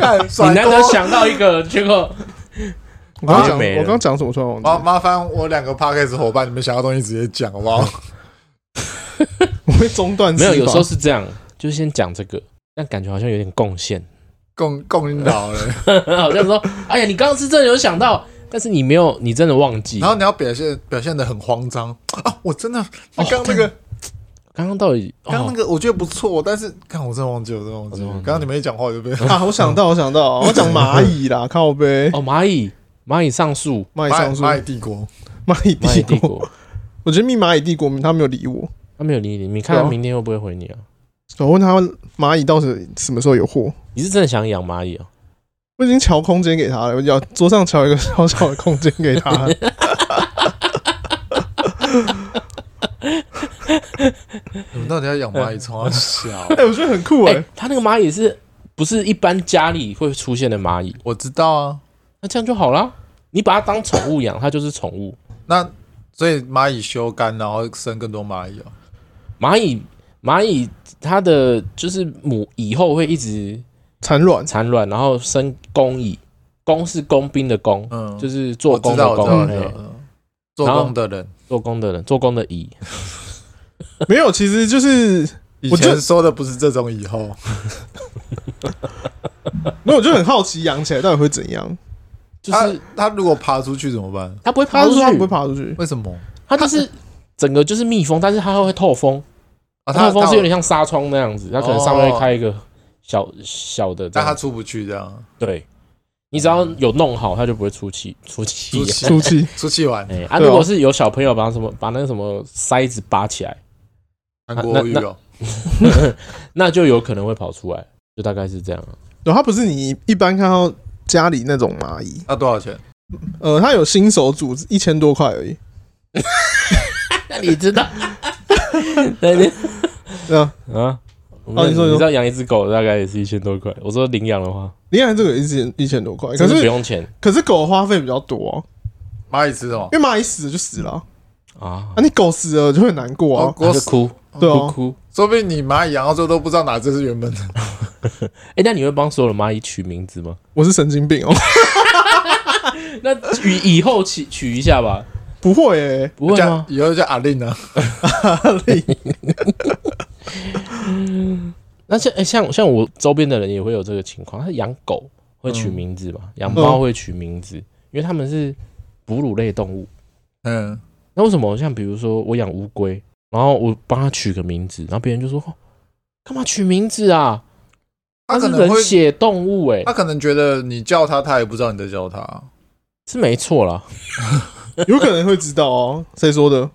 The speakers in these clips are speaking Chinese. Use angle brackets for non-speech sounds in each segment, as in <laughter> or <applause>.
干你甩难得锅想到一个，结果我刚就讲，没了我刚讲什么突然忘记啊麻麻烦我两个 podcast 伙伴，你们想要东西直接讲好不 <laughs> 好？我会中断思 <laughs> 没考。有，有时候是这样，就是先讲这个，但感觉好像有点贡献，共共领导欸了， <laughs> 好像说，哎呀，你刚刚是真的有想到，但是你没有，你真的忘记然。后你要表现表现的很慌张啊！我哦真的，那刚刚那个，刚刚到底，刚刚那哦、个我觉得不错，但是看我真的忘记，我真的忘记我真的忘，记刚刚你们一讲话我就 <laughs> 被啊，我想到，我想到，我讲蚂蚁啦，靠呗，哦，蚂蚁，蚂蚁 <laughs> 上树，蚂蚁蚂上蚁树，蚂蚁帝国，蚂蚁蚂蚁帝帝国。国，我觉得密蚂蚁帝国，他没有理我。他没有理你，你看对他啊明天会不会回你啊？我问他蚂蚁到底什么时候有货，你是真的想养蚂蚁啊？我已经调空间给他了，我要桌上调一个小小的空间给 <laughs> 他。你们到底要养蚂蚁从哪 <laughs> 小？哎，我觉得很酷哎、哎，他那个蚂蚁是不是一般家里会出现的蚂蚁？我知道啊，那这样就好啦，你把它当宠物养，它就是宠物。那所以蚂蚁修干，然后生更多蚂蚁哦。蚂蚁，蚂蚁它的就是母以后会一直产卵产卵，然后生公蚁。公是工兵的工，嗯，就是是我做工知的道，我工知道，我，知道嘿我知道做工的人。做工的人，做工的蚁。没有，其实就是以我就前说的不是这种，以后没有，我就很好奇养起来到底会怎样。就是他他如果爬出去怎么办？它不会他爬出说他不会去，爬出 <laughs> 去，为什么它就是整个就是密封，但是它会透风。啊？透风是他有哦点像纱窗那样子，它可能上面会开一个小小的这但样他子。出不去，这样对，你只要有弄好，它就不会出气出气出啊。气哦出气出气完，哎，啊，对啊如果是有小朋友把什么把那个什么塞子拔起来，韩国语哦，那就有可能会跑出来，就大概是这样啊。对，它不是你一般看到家里那种蚂蚁，那多少钱？呃，它有新手组一千多块而已。那你 <laughs> 知道？那你对啊，啊？哦你说你说知道养一只狗大概也是一千多块。我说领养的话，你看这个一千一千多块，可真的不是用钱可是狗的花费比较多、啊，蚂蚁吃什么？因为蚂蚁死了就死了啊，啊啊，你狗死了就会难过我啊，它我就哭对哦哭啊，哭。哦说不定你蚂蚁养到最后都不知道哪只是原本的。哎，那你会帮所有的蚂蚁取名字吗？我是神经病哦， <laughs> 那取以后取取一下吧，不会欸诶、不会叫吗？以后叫阿令啊，那像诶哎像像我周边的人也会有这个情况，他养狗会取名字嘛，养猫会取名字，因为他们是哺乳类动物。嗯，那为什么像比如说我养乌龟，然后我帮它取个名字，然后别人就说、哦、干嘛取名字啊？他它可是能冷会，血动物哎、他可能觉得你叫他，他也不知道你在叫哦他。是没错啦，有可能会知道哦，谁说的？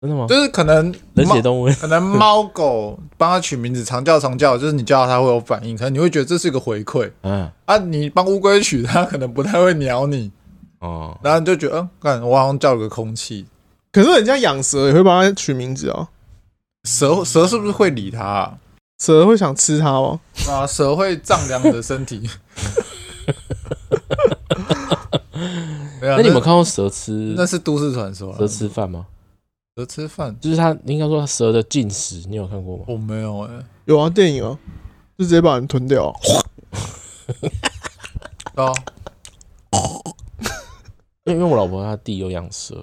真的吗？就是可能冷猫血动物，可能猫狗帮它取名字，常叫常叫，就是你叫它它会有反应，可能你会觉得这是一个回馈嗯，啊。你帮乌龟取，它可能不太会鸟你，哦，然后你就觉得，嗯，看我好像叫了个空气。可是人家养蛇也会帮它取名字啊，蛇蛇是不是会理它啊？蛇会想吃它哦吗？啊，蛇会丈量你的身 <laughs> 体。没有那你们看过蛇吃那是都市传说啊，蛇吃饭吗？蛇吃饭，就是它应该说它蛇的进食，你有看过吗？我没有哎、有啊，电影啊，就直接把人吞掉啊、欸，啊，因为因为我老婆她弟有养蛇，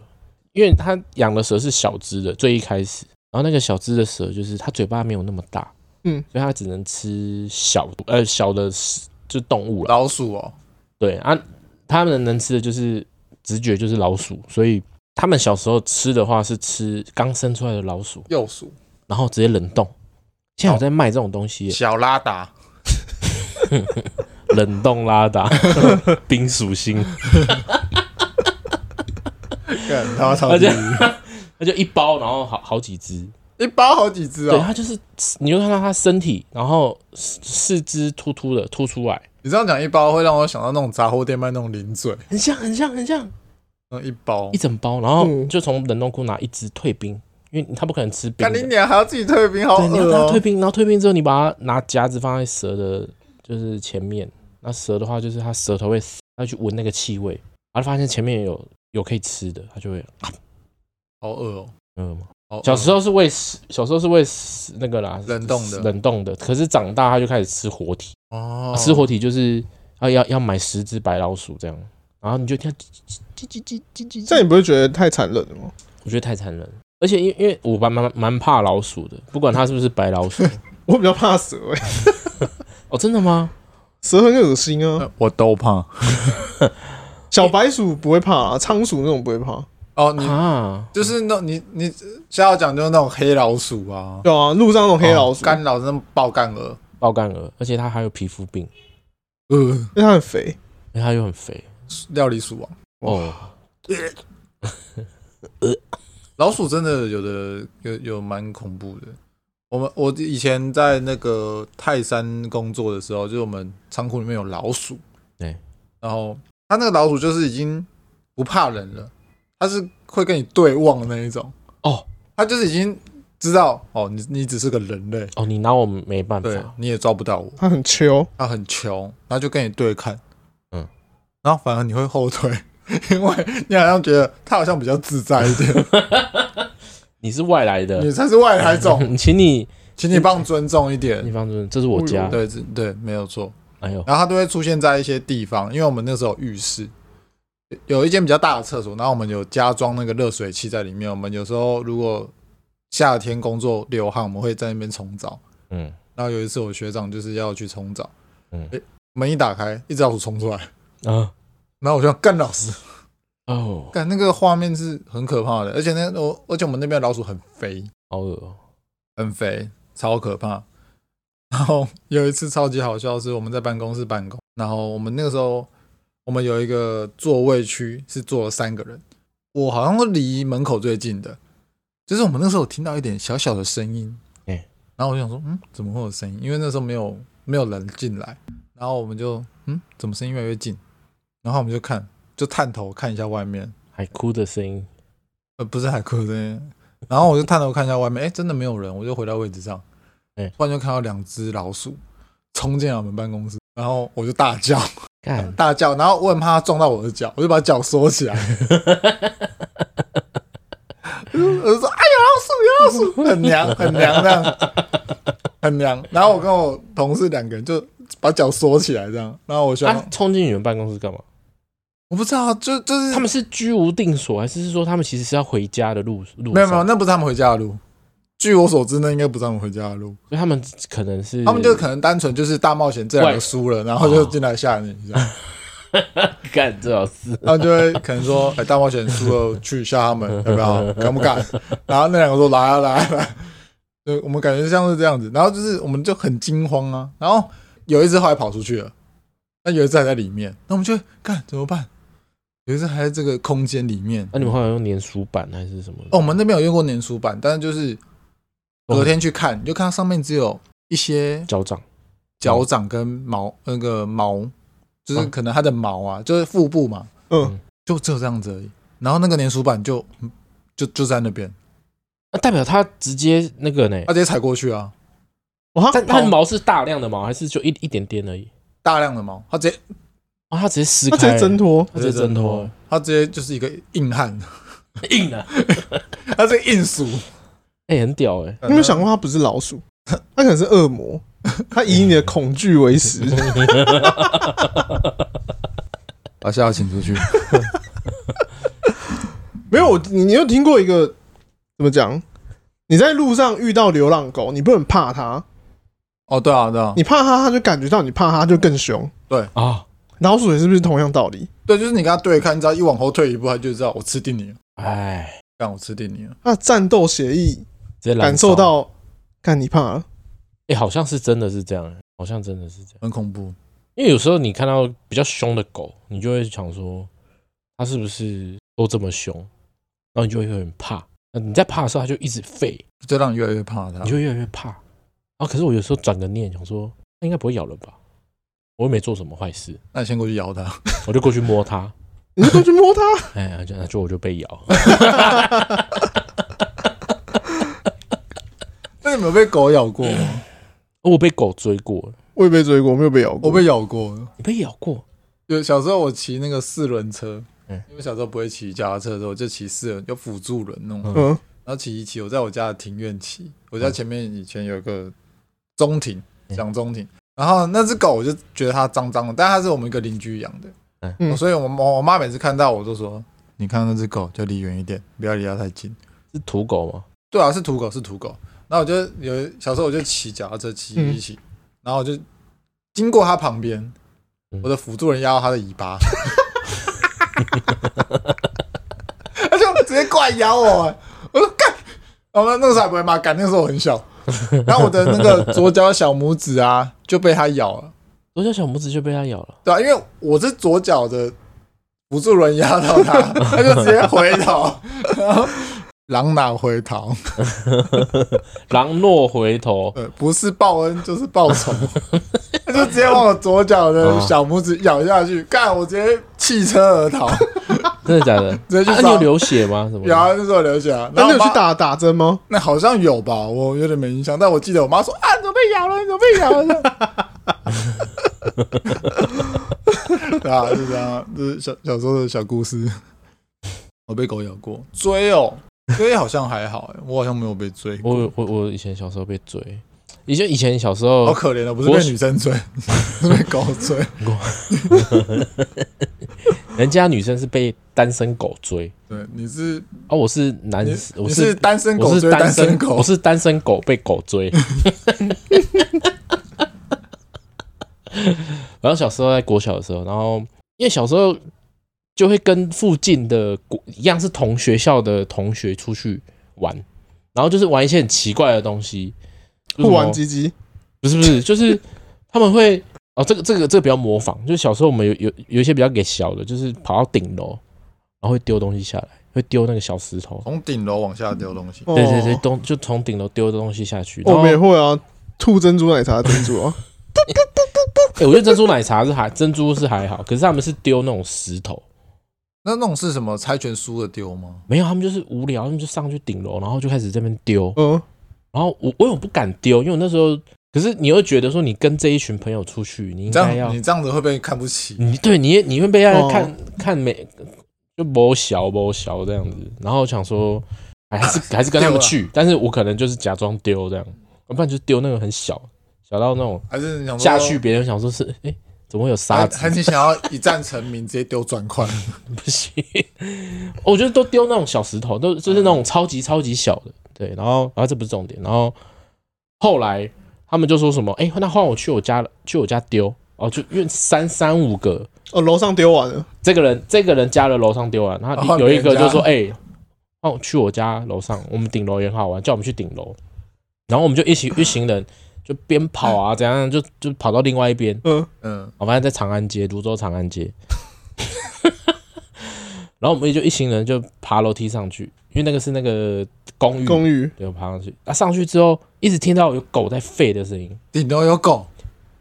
因为她养的蛇是小只的，最一开始，然后那个小只的蛇就是它嘴巴没有那么大，嗯，所以它只能吃小呃小的食就动物了。老鼠哦，对啊，它们能吃的就是直觉就是老鼠，所以他们小时候吃的话是吃刚生出来的老鼠，幼鼠，然后直接冷冻。现在有在卖这种东西耶，小拉 <laughs> 达，冷冻拉达、 <laughs> 冰属性，干它超而级且它就一包，然后好好几只， <laughs> 一包好几只对，啊哦。它就是你就看到它身体，然后四四肢突突的凸出来，你这样讲一包会让我想到那种杂货店卖那种零嘴，很像很像很像那种一包一。整包，然后嗯就从冷冻库拿一只退冰，因为它不可能吃冰干的你，娘还要自己退冰，好对，你要恶让它退哦！冰，然后退冰之后你把它拿夹子放在蛇的，就是前面，那蛇的话就是它舌头会死，它去闻那个气味，然后发现前面有有可以吃的，它就会呃好恶哦！饿吗？哦小时候是喂食，小时候是喂食那个啦，冷冻的冷冻的。可是长大他就开始吃活体，哦，吃活体就是啊要要买十只白老鼠这样，然后你就听到叽叽叽叽叽叽叽这样你不会觉得太残忍了吗？我觉得太残忍了。而且因因为我蛮蛮蛮怕老鼠的，不管它是不是白 <laughs> 老鼠。我比较怕蛇、欸，哦，真的吗？蛇很恶心啊。我都怕小白鼠不会怕、哎啊，仓鼠那种不会怕。哦，你啊，就是那你你瞎要讲就是那种黑老鼠 <laughs> 啊，对啊，路上那种黑哦老鼠，干老鼠那种爆干鹅，爆干鹅，而且它还有皮肤病，呃，因为它很肥。而且它又很肥。料理鼠王。哦，老鼠真的有的有有蛮恐怖的。我们我以前在那个泰山工作的时候，就是我们仓库里面有老鼠，对，然后它那个老鼠就是已经不怕人了，它是会跟你对望的那一种。哦，它就是已经知道哦，你你只是个人类，哦，你拿我没办对法，你也抓不到我，它很秋，它很穷，然后就跟你对看，嗯，然后反而你会后退，因为你好像觉得它好像比较自在一点，你是外来你的，才是外来 <laughs> 种，请你请你帮尊重一点你。放这，这是我家。对这对，没有错。哎呦，然后它都会出现在一些地方，因为我们那时候有浴室，有一间比较大的厕所，然后我们有加装那个热水器在里面。我们有时候如果夏天工作流汗，我们会在那边冲澡。嗯，然后有一次我学长就是要去冲澡，嗯诶，门一打开，一只老鼠冲出来，啊，然后我就干老师，哦，干那个画面是很可怕的，而且那我而且我们那边的老鼠很肥，好恶哦，很肥，超可怕。然后有一次超级好笑，是我们在办公室办公，然后我们那个时候我们有一个座位区是坐了三个人，我好像是离门口最近的，就是我们那时候有听到一点小小的声音，哎然后我就想说，嗯，怎么会有声音？因为那时候没有没有人进来，然后我们就，嗯，怎么声音越来越近？然后我们就看，就探头看一下外面，海哭的声音，呃，不是海阔天。 <laughs> 然后我就探头看一下外面，哎，真的没有人，我就回到位置上，哎突然就看到两只老鼠冲进来我们办公室，然后我就大叫干，大叫，然后我很怕它撞到我的脚，我就把脚缩起来， <laughs> 我就说：“哎，有老鼠，有老鼠，很娘，很娘这样，很娘。”然后我跟我同事两个人就把脚缩起来这样，然后我想，啊，冲进你们办公室干嘛？我不知道，就就是他们是居无定所，还是说他们其实是要回家的路路？没有没有，，那不是他们回家的路。据我所知，那应该不是他们回家的路。所以他们可能是他们就可能单纯就是大冒险这两个输了，然后就进来吓你，这样，干这老事，他们就会可能说，哎、大冒险输了去吓他们，要不要？敢不敢？然后那两个说来啊来啊来啊，对，我们感觉像是这样子，然后就是我们就很惊慌啊，然后有一只后来跑出去了，那有一只还在里面，那我们就会干怎么办？有一只还在这个空间里面，啊那你们后来用粘鼠板还是什么？哦，我们那边有用过粘鼠板，但是就是隔天去看，你就看到上面只有一些脚掌，脚掌跟毛那个毛，就是嗯可能它的毛啊，就是腹部嘛，嗯，就只有这样子而已。然后那个粘鼠板就嗯就就在那边，那啊代表他直接那个呢？它直接踩过去啊，哇，但它的跑毛是大量的毛，还是就一一点点而已？大量的毛，它直接啊，它直接撕它开，直接挣脱，它直接挣脱，，它直接就是一个硬汉，硬啊的， <laughs> 它是硬鼠。哎，很屌哎！ <laughs> 你有你没有想过它不是老鼠，它可能是恶魔，它以你的恐惧为食。 <laughs> 啊把夏请出去？没有，你你有听过一个怎么讲？你在路上遇到流浪狗，你不能怕它，哦，对啊，对啊，你怕它，它就感觉到你怕它它就更凶。啊，老鼠也是不是同样道理？对，就是你跟它对看，你只要一往后退一步，它就知道我吃定你了，哎，干我吃定你了。它的战斗协议直接燃烧感受，到，看你怕了，哎，好像是真的是这样，好像真的是这样。很恐怖，因为有时候你看到比较凶的狗，你就会想说，它是不是都这么凶？然后你就会有点怕。那你在怕的时候，它就一直吠，就让你越来越怕它你。就越来越怕。啊，可是我有时候转个念，想说啊它应该不会咬人吧？我又没做什么坏事，那你先过去咬它，我就过去摸它，你就过去 <laughs> 摸它。哎呀，就就我就被咬。 <laughs> 那你们有被狗咬过吗？哦我被狗追过，我也被追过，没有被咬过。 <laughs> 我被咬过，你被咬过？就小时候我骑那个四轮车，嗯因为小时候不会骑脚踏车的时候，我就骑四轮，有辅助轮那种。嗯嗯，然然后骑一骑，我在我家的庭院骑，我家前面以前有一个中庭，嗯养中庭，然后那只狗我就觉得它脏脏的，但它是我们一个邻居养的，嗯嗯，所以我妈我妈每次看到我都说，你看那只狗就离远一点，不要离它太近。是土狗吗？对啊，是土狗，是土狗。然后我就有小时候我就骑脚踏车骑一骑，然后我就经过它旁边嗯，我的辅助人压到它的尾巴，它就直接过来咬我、欸我说干，然后那个时候还不会骂干，那个时候我很小，然后我的那个左脚小拇指啊就被它咬了，我家小拇指就被它咬了，对啊，因为我是左脚的辅助人压到它，它就直接回头，然后狼哪回头？狼若回头，呃，不是报恩就是报仇， <laughs> 他就直接往我左脚哦的小拇指咬下去，干我直接弃车而 <laughs> 逃，真的假的？ <laughs> 直接去啊啊，找你有流血吗？什么的？然后就说留下来。那然你有后我去妈，打打针吗？那好像有吧，我有点没印象，但我记得我妈说啊，你怎么被咬了？你怎么被咬了？对 <laughs> 啊，就这样，就是小小时候的小故事。我被狗咬过，追哦，追好像还好、欸，我好像没有被追过，我我我以前小时候被追，以前以前小时候好可怜哦，不是被女生追， <laughs> 是被狗追。人家女生是被单身狗追，对，你是啊，我是男你，我你是单身狗我是追单身身狗，我是单身狗被狗追。 <laughs> 然后小时候在国小的时候，然后因为小时候就会跟附近的国一样是同学校的同学出去玩，然后就是玩一些很奇怪的东西，就是什么不玩鸡鸡，不是不 <laughs> 是，就是他们会哦，这个这个这个比较模仿，就是小时候我们有有有一些比较给小的，就是跑到顶楼，然后会丢东西下来，会丢那个小石头， <laughs> 从顶楼往下丢东西。哦对对对，，东就从顶楼丢的东西下去。然我后，们也哎、会啊，吐珍珠奶茶的珍 <laughs> 珠啊，哎我觉得珍珠奶茶是还珍珠是还好，可是他们是丢那种石头，那那种是什么猜拳输了丢吗？没有，他们就是无聊，他们就上去顶楼，然后就开始这边丢。嗯，然后我我有不敢丢，因为我那时候，可是你又觉得说你跟这一群朋友出去，你应这该要样你这样子会被看不起。你对你也你会被他哦看、看没就摸小摸小这样子，然后想说，哎，还是还是跟他 <laughs> 们丢啊去，但是我可能就是假装丢这样，要不然就丢那个很小小到那种还是你想说下去，别人想说是哎、怎么会有沙还子？还是你想要一战成名，直接丢砖块？ <laughs> 不行，我觉得都丢那种小石头，都就是那种超级超级小的，对，然后然后这不是重点，然后后来他们就说什么，哎、那换我去我家了，去我家丢，哦，就因为三三五个，哦，楼上丢完了，这个人这个人家的楼上丢完，然后哦有一个就说：“别哎、哦，去我家楼上，我们顶楼也很好玩，叫我们去顶楼。”然后我们就一起一行人就边跑啊，怎样就就跑到另外一边，嗯，嗯，我发现在长安街，泸州长安街。 <laughs> 然后我们也就一行人就爬楼梯上去，因为那个是那个公寓，公寓，对，我爬上去。啊，上去之后一直听到有狗在吠的声音，顶楼有狗，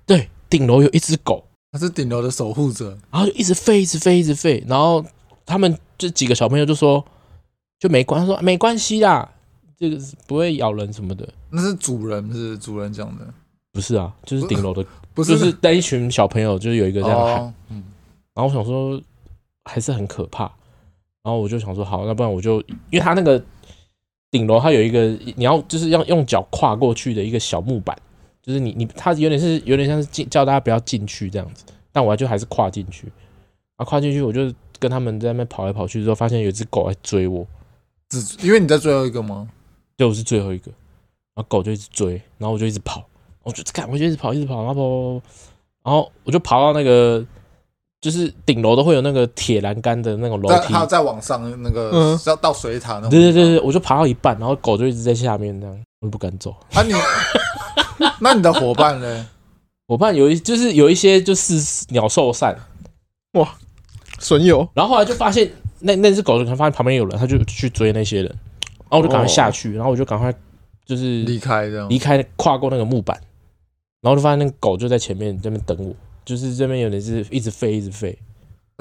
对，顶楼有一只狗。它是顶楼的守护者。然后就一直飞，一直飞，一直飞。然后他们这几个小朋友就说，就没关，他说没关系啦，这个是不会咬人什么的。那是主人，是主人讲的，不是啊，就是顶楼的，不就是是那一群小朋友，就是有一个这样喊。哦，嗯，然后我想说，还是很可怕。然后我就想说，好，那不然我就，因为他那个顶楼，它有一个你要就是要用脚跨过去的一个小木板，就是你你它有点是有点像是进叫大家不要进去这样子，但我就还是跨进去。啊，跨进去，我就跟他们在那边跑来跑去之后，发现有一只狗在追我，只因为你在最后一个吗？对，我是最后一个，然后狗就一直追，然后我就一直跑，我就看，我就一直跑，一直跑，然后跑跑跑跑然后我就跑到那个就是顶楼都会有那个铁栏杆的那种楼在梯还，有再往上那个嗯是要到水塔那种。对对对。对，我就爬到一半，然后狗就一直在下面这样，我就不敢走。啊你，那你的 <laughs> 伙伴呢？我怕有一就是有一些就是鸟兽散，损友，然后后来就发现那那只狗可能发现旁边有人，它就去追那些人，然后我就赶快下去，然后我就赶快就是哦离开这样离。开跨过那个木板，然后就发现那个狗就在前面这边等我，就是这边有点是一直吠一直吠，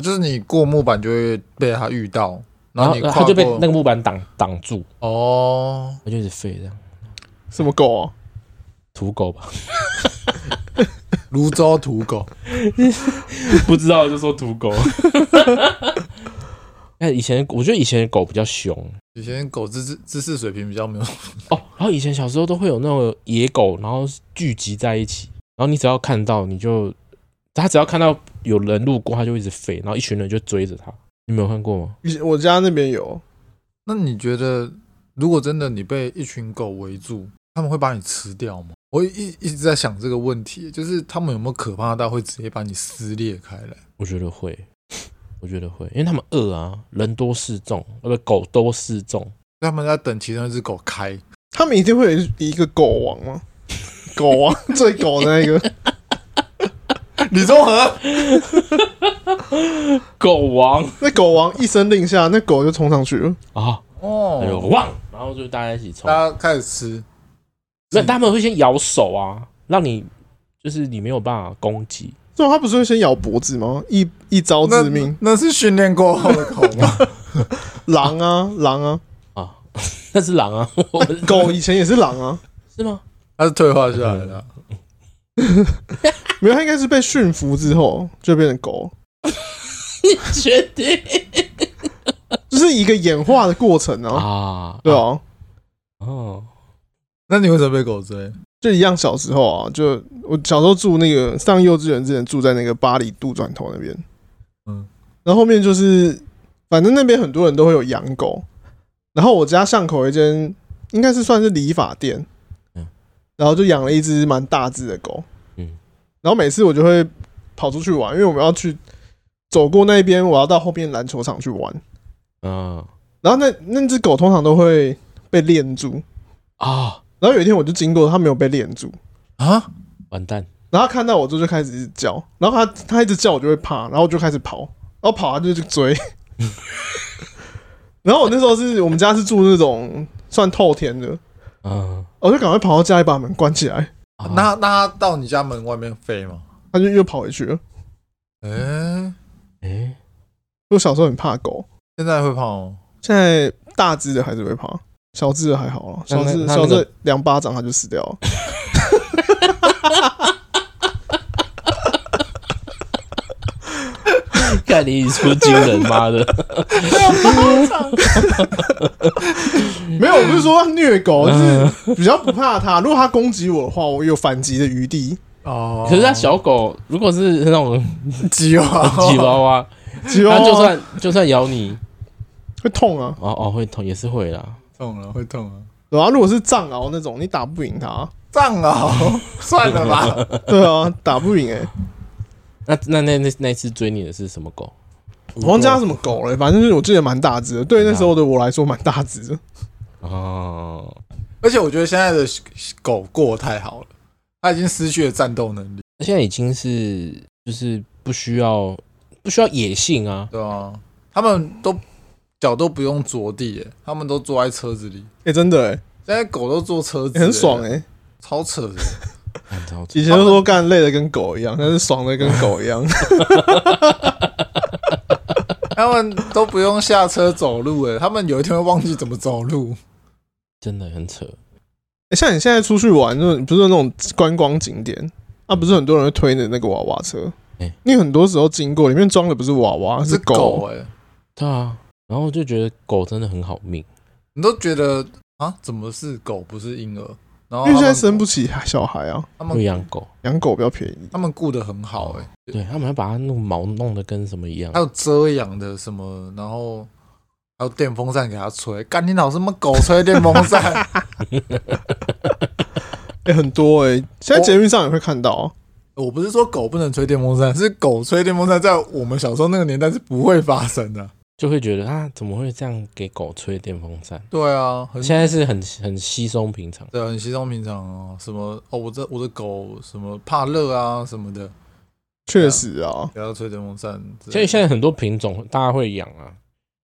就是你过木板就会被他遇到，然然后后你然后跨它就被过那个木板挡挡住，哦，它就一直吠这样，什么狗啊？土狗吧，泸州土狗， <laughs> 不知 <laughs> 道就说土狗。哎，以前我觉得以前的狗比较凶，以前狗知识知识水平比较没有， <laughs> 哦，然后以前小时候都会有那种野狗，然后聚集在一起，然后你只要看到，你就它只要看到有人路过，它就一直飞，然后一群人就追着它。你没有看过吗？以前我家那边有，那你觉得，如果真的你被一群狗围住，他们会把你吃掉吗？我一一直在想这个问题，就是他们有没有可怕到会直接把你撕裂开来？我觉得会， <laughs> 我觉得会，因为他们饿啊，人多势众，呃，不，狗多势众。他们在等其中一只狗开，他们一定会有一个狗王吗？ <laughs> 狗王 <laughs> 最狗的那 <laughs> 个，李宗和，狗王那狗王一声令下，那狗就冲上去了。啊，哎呦哦，汪，然后就大家一起冲。大家开始吃，那他们会先咬手啊，让你就是你没有办法攻击。所以他不是会先咬脖子吗？一一招那致命。那是训练过后的狗吗？ <laughs> 狼啊，狼啊，那是狼啊， <laughs> 我们狗以前也是狼啊，是吗？ <laughs> 它是退化下来的啊、没有，它应该是被驯服之后就变成狗，确定就是一个演化的过程啊。啊？对啊，哦，那你为什么被狗追？就一样小时候啊，就我小时候住那个上幼稚园之前住在那个巴黎渡转头那边，嗯，然后后面就是反正那边很多人都会有养狗，然后我家巷口有一间应该是算是理发店嗯，然后就养了一只蛮大只的狗，嗯，然后每次我就会跑出去玩，因为我们要去走过那边，我要到后边篮球场去玩，嗯然后那那只狗通常都会被链住，啊，然后有一天我就经过，它没有被链住。啊，完蛋！然后他看到我之后就开始一直叫，然后他他一直叫我就会怕，然后我就开始跑，然后跑他就去追。 <laughs> 然后我那时候是我们家是住那种算透天的，嗯，我就赶快跑到家里把门关起来，啊那那它到你家门外面飞吗？他就又跑回去了。哎、诶我小时候很怕狗，现在会怕哦。现在大只的还是会怕，小只的还好了，那小只那那小那只个的两巴掌他就死掉 <laughs> 了。看你语出惊人，妈 <laughs> 的！没有，我不是说虐狗，就是比较不怕它。如果它攻击我的话，我有反击的余地。哦，可是哦那小狗如果是那种鸡娃，吉娃娃， <laughs> 只有哦它就算就算咬你，会痛啊，哦哦会痛也是会啦。痛了，会痛了。然后如果是藏獒那种，你打不赢它。藏獒，哦 <laughs> 算了吧， <laughs> 对啊，打不赢哎、那那那那那次追你的是什么狗？我忘记它什么狗了、反正就是我记得蛮大只的，对那时候的我来说蛮大只的。哦，而且我觉得现在的狗过得太好了，它已经失去了战斗能力，现在已经是就是不需要不需要野性啊，对啊，他们都脚都不用着地耶，他们都坐在车子里。哎、真的哎、现在狗都坐车子欸耶，很爽哎、超扯的。看超以前都说干累的跟狗一样，但是爽的跟狗一样。 <laughs> 欸他们都不用下车走路，哎，他们有一天会忘记怎么走路。真的很扯。欸像你现在出去玩，那种不是那种观光景点，啊，不是很多人会推着那个娃娃车欸。你很多时候经过，里面装的不是娃娃，是狗。狗，哎，对啊，然后我就觉得狗真的很好命。你都觉得啊，怎么是狗不是婴儿？然后因为现在他们生不起小孩啊，他会们养狗，养狗比较便宜。他们顾得很好，哎，对他们还把它弄毛弄得跟什么一样还。有遮阳的什么，然后还有电风扇给它吹。干你老什么狗吹电风扇？ <laughs> 哎、很多哎、现在捷运上也会看到啊、我不是说狗不能吹电风扇，是狗吹电风扇在我们小时候那个年代是不会发生的。就会觉得啊，怎么会这样给狗吹电风扇？对啊，很现在是很很稀松平常。对啊，很稀松平常哦。什么哦，我这我的狗什么怕热啊什么的，确实啊，给它吹电风扇之类的。所以现在很多品种大家会养啊，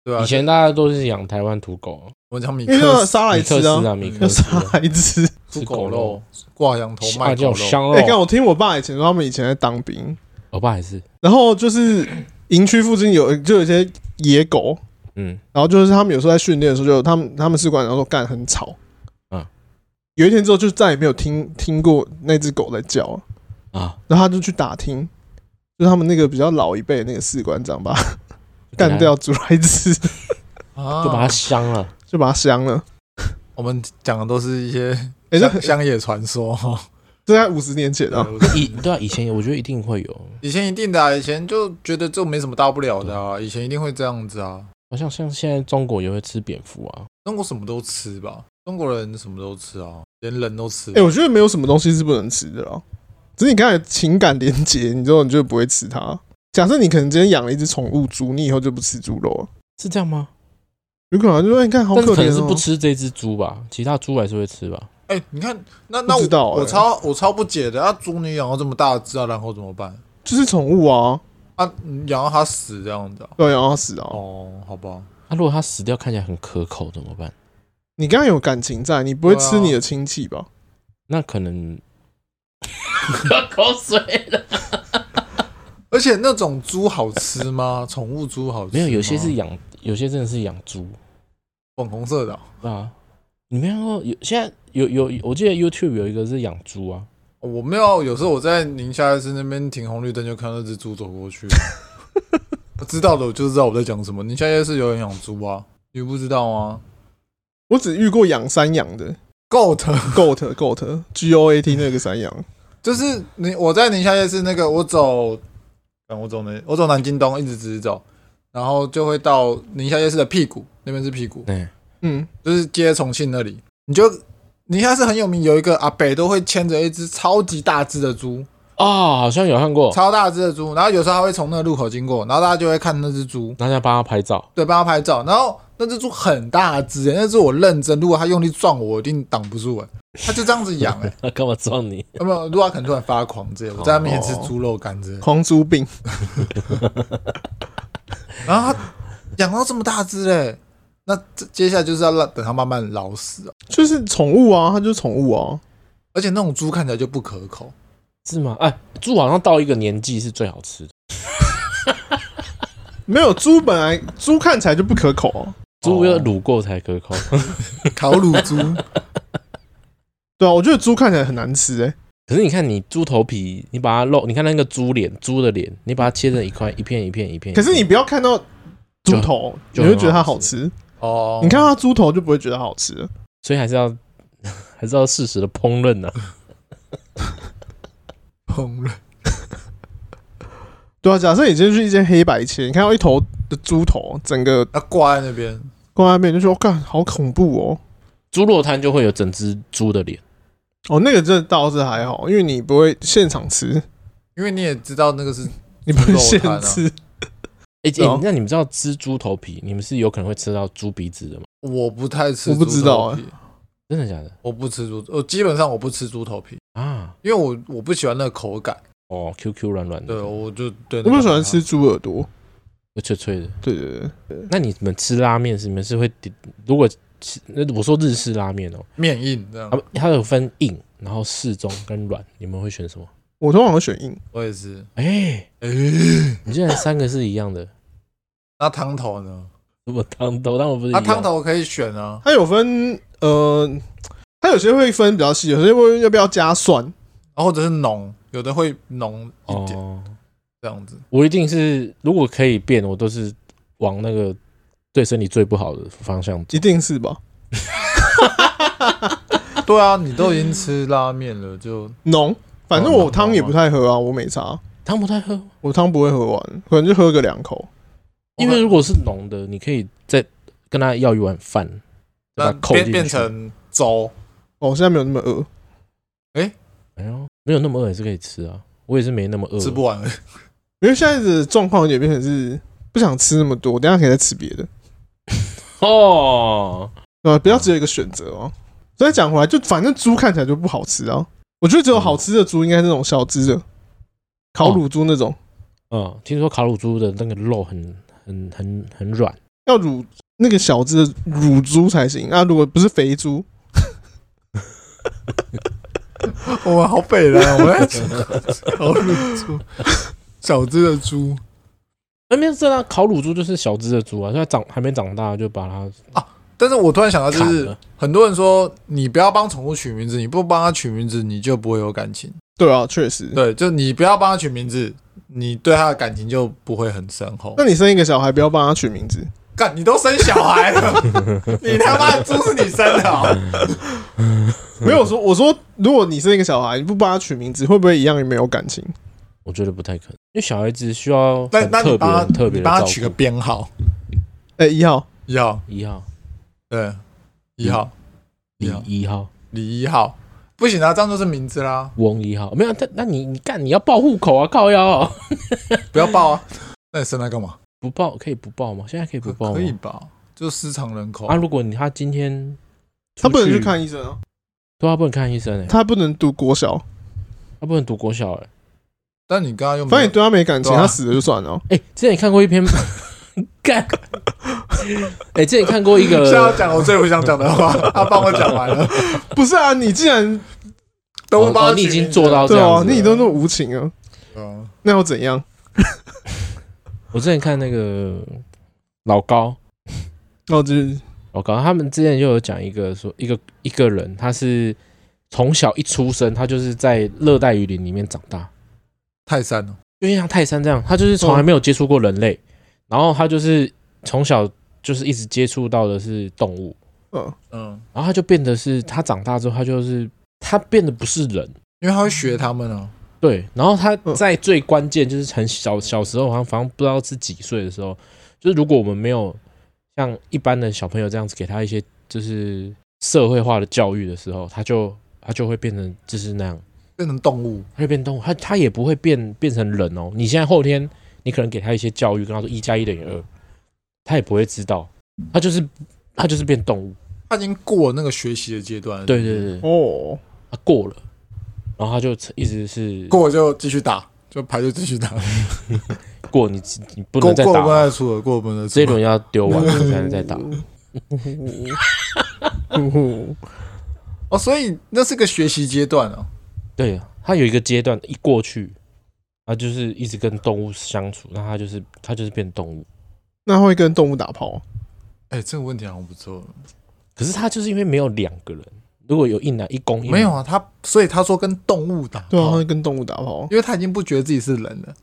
对啊，以前大家都是养台湾土狗，我讲米因为要克斯杀来米吃克斯啊，哦啊，米要克 <laughs> 斯杀来吃。出吃狗狗肉，挂羊头卖啊狗叫肉。香哎、看肉。哦我听我爸以前说，他们以前在当兵，我爸也是，然后就是营区附近有就有一些野狗，嗯，然后就是他们有时候在训练的时候就，他们他们士官长说干很吵，嗯有一天之后就再也没有听听过那只狗在叫了，啊，然后他就去打听，就是他们那个比较老一辈的那个士官长把它就给它干，掉煮来吃，啊就把它香了。就把它镶了。我们讲的都是一些哎、 <laughs> 乡这乡野传说哦。这在五十年前啊，对以对啊，以前我觉得一定会有，以前一定的、啊，以前就觉得这没什么大不了的啊，以前一定会这样子啊。好像像现在中国也会吃蝙蝠啊，中国什么都吃吧，中国人什么都吃啊，连人都吃。哎、我觉得没有什么东西是不能吃的啦，只是你刚才有情感连结，你之后你就不会吃它。假设你可能今天养了一只宠物猪，你以后就不吃猪肉了，是这样吗？有可能啊就说哎你看好但是可可怜能是哦不。吃这只猪吧，其他猪还是会吃吧。哎、你看，那那不知道我哎我超我超不解的，啊，猪你养到这么大只啊，然后怎么办？就是宠物啊，啊，你养到它死这样子啊？对，养到死啊。哦，好吧，那、啊如果它死掉看起来很可口怎么办？你刚刚有感情在，你不会对啊吃你的亲戚吧？那可 <laughs> 能流口水了。而且那种猪好吃吗？ <laughs> 宠物猪好吃吗？ <laughs> 没有，有些是养，有些真的是养猪粉红色的啊、啊。你没看过有现在有有，我记得 YouTube 有一个是养猪啊，哦我没有，有时候我在宁夏市那边停红绿灯，就看到那只猪走过去。我知道的，我就知道我在讲什么。宁夏夜市有人养猪啊，你不知道吗我只遇过养山羊的？Goat， <laughs> ，goat <laughs> goat g o a t 那个山羊，就是你我在宁夏夜市那个，我走，嗯我走南，我走南京东，一直直直走，然后就会到宁夏夜市的屁股那边是屁股，哎、嗯，就是接重庆那里。你就宁夏市很有名，有一个阿北都会牵着一只超级大只的猪，哦，好像有看过，超大只的猪，然后有时候还会从那个路口经过，然后大家就会看那只猪。大家帮他拍 <laughs> 照。对，帮他拍照。然后那只猪很大只、欸那只我认真，如果它用力撞我，我一定挡不住哎、它就这样子 <laughs> 养哎、他干嘛撞你？有没有？如果它可能突然发狂之类的，我在它面前哦吃猪肉干之类的。狂猪病，然后它养到这么大只哎、那这接下来就是要让等它慢慢老死、啊。就是宠物啊，它就是宠物啊，而且那种猪看起来就不可口，是吗？哎，猪好像到一个年纪是最好吃哦的，没有猪本来猪看起来就不可口、啊，猪要哦卤过才可口。烤乳 <laughs> 猪对啊，我觉得猪看起来很难吃哎、 <laughs> 可是你看，你猪头皮，你把它肉，你看那个猪脸，猪的脸，你把它切成一块一片一片一片。可是你一片不要看到猪头，你哎就会觉得它好就很好吃。<laughs> 哦，你看啊到它猪头就不会觉得它好吃了。所以还是要 <laughs> 还是要适时的烹饪啊呢、烹饪对啊，假设你今天去一间黑白切，你看到一头的猪头，整个要挂在那边，挂在那边，就说：“哦干、好恐怖哦！”猪肉摊就会有整只猪的脸，哦，那个真的倒是还好，因为你不会现场吃，因为你也知道那个是你不会现肉摊 <laughs> 啊吃。哎、对欸啊那你们知道吃猪头皮，你们是有可能会吃到猪鼻子的吗？我不太吃，我不知道啊哎、真的假的我不吃猪，我基本上我不吃猪头皮，啊？因为我我不喜欢那个口感。哦，Q Q 软软的，对，我就对。我不喜欢吃，猪耳朵。又脆脆的。对对对，那你们吃拉面是你们是会点？如果吃那我说日式拉面哦、面硬这样它。它有分硬，然后适中跟软，你们会选什么？我通常会选硬。我也是。哎、哎、你竟然三个是一样的， <laughs> 那汤头呢？什么汤头？当然不是一那、样。汤头可以选啊。它有分呃，它有些会分比较细，有些会要不要加蒜。然啊后或者是浓，有的会浓一点哦，这样子。我一定是如果可以变，我都是往那个对身体最不好的方向走。一定是吧？对啊，你都已经吃拉面了，就浓，反正哦我浓汤也浓不太喝啊，我没茶，汤不太喝，我汤不会喝完，可能就喝个两口。因为如果是浓的，你可以再跟他要一碗饭，把那它扣进变去啊变成粥。哦，现在没有那么饿，哎呦，没有那么饿也是可以吃啊。我也是没那么饿，吃不完而已，因为现在的状况有点变成是不想吃那么多，等一下可以再吃别的，哦。呃，不要只有一个选择哦。所以讲回来，就反正猪看起来就不好吃啊。我觉得只有好吃的猪应该是那种小只的，烤乳猪那种，嗯，听说烤乳猪的那个肉很很很很软，要乳那个小只的乳猪才行啊。如果不是肥猪， <laughs> 我们好北人，啊 <laughs> 我在吃 <laughs> 烤乳猪，小只的猪那没有这啊，烤乳猪就是小只的猪啊，所以它长还没长大就把它但是我突然想到，就砍是了。很多人说，你不要帮宠物取名字，你不帮它取名字，你就不会有感情。对啊，确实。对，就你不要帮它取名字，你对它的感情就不会很深厚 <laughs> 那。你生一个小孩，不要帮他取名字，干，你都生小孩 <laughs> 了，你他妈的猪是你生的、嗯哦，没有我说我说，如果你生一个小孩，你不帮他取名字，会不会一样没有感情？我觉得不太可能，因为小孩子需要那很那特你别帮他很特你别的帮照他取个顾。编号，哎、一号一号，一号对，一号，李一号一号李一号，不行啊，这样就是名字啦，翁一号，没有，那那你你干你要报户口啊，靠腰啊、不要报啊， <laughs> 那你生来干嘛？不报可以不报吗？现在可以不报吗？可以吧？就失常人口啊，，如果你他今天他不能去出看医生啊，对他不能看医生哎、他不能读国小，他不能读国小哎、但你刚刚又没反正你有对他没感情，对啊他死了就算了哦。哎、之前你看过一 <laughs> 篇干，哎、之前你看过一现在要个，讲我最不想讲的 <laughs> 话，他帮我讲完了， <laughs> 不是啊，你既然都不哦帮他哦你已取名经字做到了这对样啊，子了，你都那么无情啊，嗯那又怎样？我之前看那个老高，哦然后就是老高他们之前就有讲一个说，一个一个人他是从小一出生，他就是在热带雨林里面长大，泰山哦，就像泰山这样，他就是从来没有接触过人类，然后他就是从小就是一直接触到的是动物，嗯，嗯，然后他就变得是他长大之后，他就是他变得不是人。因为他会学他们哦，对，然后他嗯在最关键就是很小小时候，好像反正不知道是几岁的时候，就是如果我们没有像一般的小朋友这样子给他一些就是社会化的教育的时候，他就他就会变成就是那样，变成动物，他会变动物，他他也不会变变成人哦。你现在后天你可能给他一些教育，跟他说一加一等于二，他也不会知道，他就是他就是变动物。他已经过了那个学习的阶段了，对对对，对哦，他过了，然后他就一直是过了就继续打，就牌就继续打，过你你不过能再过打了不了。能再出了，过了不能这再一出了。轮要丢完了才能再嗯打。哦，所以那是个学习阶段哦，对，他有一个阶段一过去，他就是一直跟动物相处，那他就是他就是变动物。 <laughs> 那会跟动物打炮？啊哎，这个问题好像不错，可是他就是因为没有两个人，如果有一男一公一女没有，啊，他所以他说跟动物打，对啊，他会跟动物打炮。因为他已经不觉得自己是人了，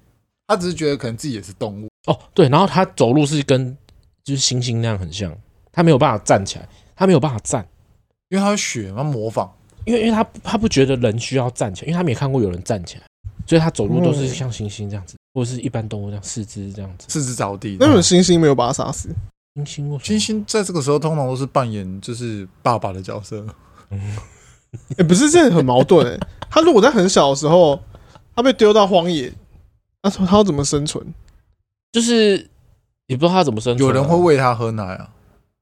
他只是觉得可能自己也是动物，哦，对，然后他走路是跟就是猩猩那样很像，他没有办法站起来，他没有办法站，因为他会学，他模仿，因为因为他他不觉得人需要站起来，因为他没看过有人站起来，所以他走路都是嗯像猩猩这样子，或者是一般动物这样四肢这样子。四肢着地。那种猩猩没有把他杀死，猩猩为什星么星在这个时候通常都是扮演就是爸爸的角色，哎、不是这很矛盾哎、他如果在很小的时候，他被丢到荒野，那他要怎么生存？就是也不知道他怎么生存有啊、人会喂他喝奶啊。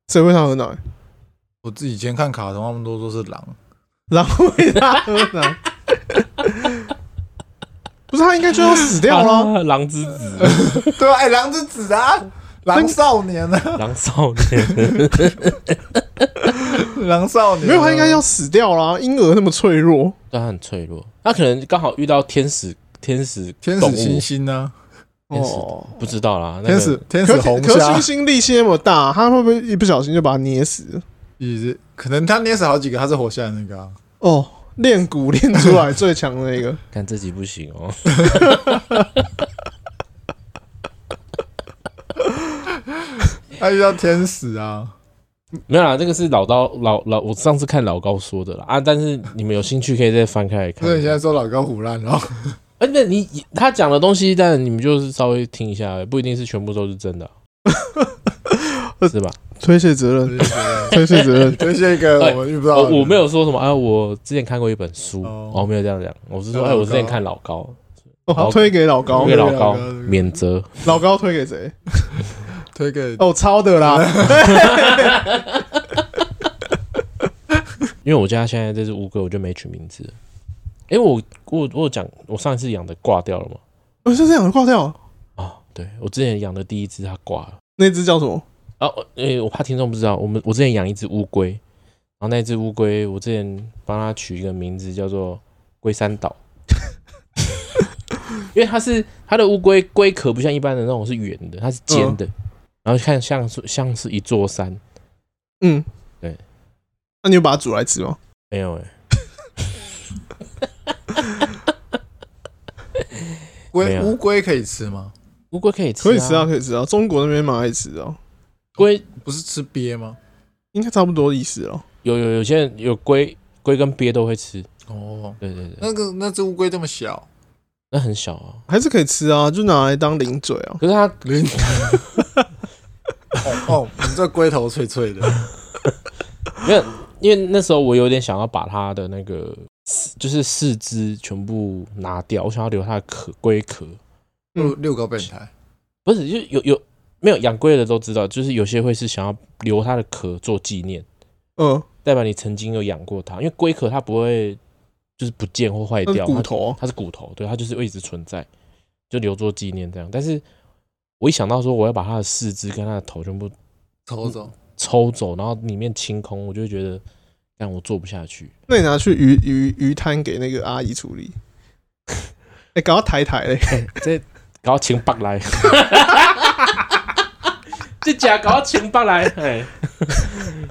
谁喂他喝奶？我自己以前看卡通，他们都说是狼， <laughs> 狼喂他喝奶？ <laughs> 不是他应该就要死掉 <laughs> 了？啊狼之子。对啊，哎，狼之子啊，狼少年啊， <laughs> <laughs> 狼少年，狼少年啊没有，他应该要死掉啦。婴儿那么脆弱，但他很脆弱，他可能刚好遇到天使，天使天动使物星星啊呢，天使哦，不知道啦，那天个使天使可是红可是虾猩，猩力气那么大，他会不会一不小心就把他捏死了？也是可能他捏死好几个，他是活下来那个啊。哦，练骨练出来最强的那个，看这集不行哦， <laughs> 他遇到哎天使啊，没有啦，这个是老高老老，我上次看老高说的啦啊，但是你们有兴趣可以再翻开来看所以。你现在说老高胡乱 <laughs> 哦，而且你他讲的东西，但你们就是稍微听一下，不一定是全部都是真的， <laughs> 是吧？ <laughs> 推卸责任，推卸责 <laughs> 任。推荐一个我们遇不到的人，我我没有说什么啊，我之前看过一本书，哦哦，没有这样讲，我是说，老哎，高我之前看老高，哦，推给老高推给给，老老高高这个免责，老高推给谁？推给哦，抄的 <laughs> 啦。因为我家现在这只乌龟，我就没取名字了。哎、我我我有讲，我上一次养的挂掉了吗？我哦就这样挂掉。啊、对我之前养的第一只它挂了那只叫什么？啊，我诶、我怕听众不知道，我们我之前养一只乌龟，然后那只乌龟我之前帮它取一个名字叫做龟山岛， <laughs> 因为它是它的乌龟龟壳不像一般的那种是圆的，它是尖的，然后看像是像是一座山，嗯，对。那你有把它煮来吃吗？没有哎、没龟有乌龟可以吃吗？乌龟可以吃、啊可以吃啊，，可以吃啊。中国那边蛮爱吃的哦。啊龟不是吃鳖吗？应该差不多意思了。有有有些人有龟龟跟鳖都会吃，哦，对对对，那个那只乌龟这么小，那很小啊，还是可以吃啊，就拿来当零嘴啊。可是它零。哦哦，你这龟头脆脆的， <laughs> 没有，因为那时候我有点想要把它的那个四就是四肢全部拿掉，我想要留它的壳龟壳，六嗯六个变态，不是就有有没有养龟的都知道，就是有些会是想要留它的壳做纪念，嗯，代表你曾经有养过它，因为龟壳它不会就是不见或坏那是掉，骨它头啊。它是骨头，对，它就是会一直存在，就留作纪念这样。但是我一想到说我要把它的四肢跟它的头全部抽走。抽走，然后里面清空，我就会觉得，但我做不下 <laughs> 去。那你拿去鱼鱼鱼摊给那个阿姨处理。 <laughs> 哎、搞到抬抬嘞，这搞到清北来， <laughs> 这假搞到清北来，哎，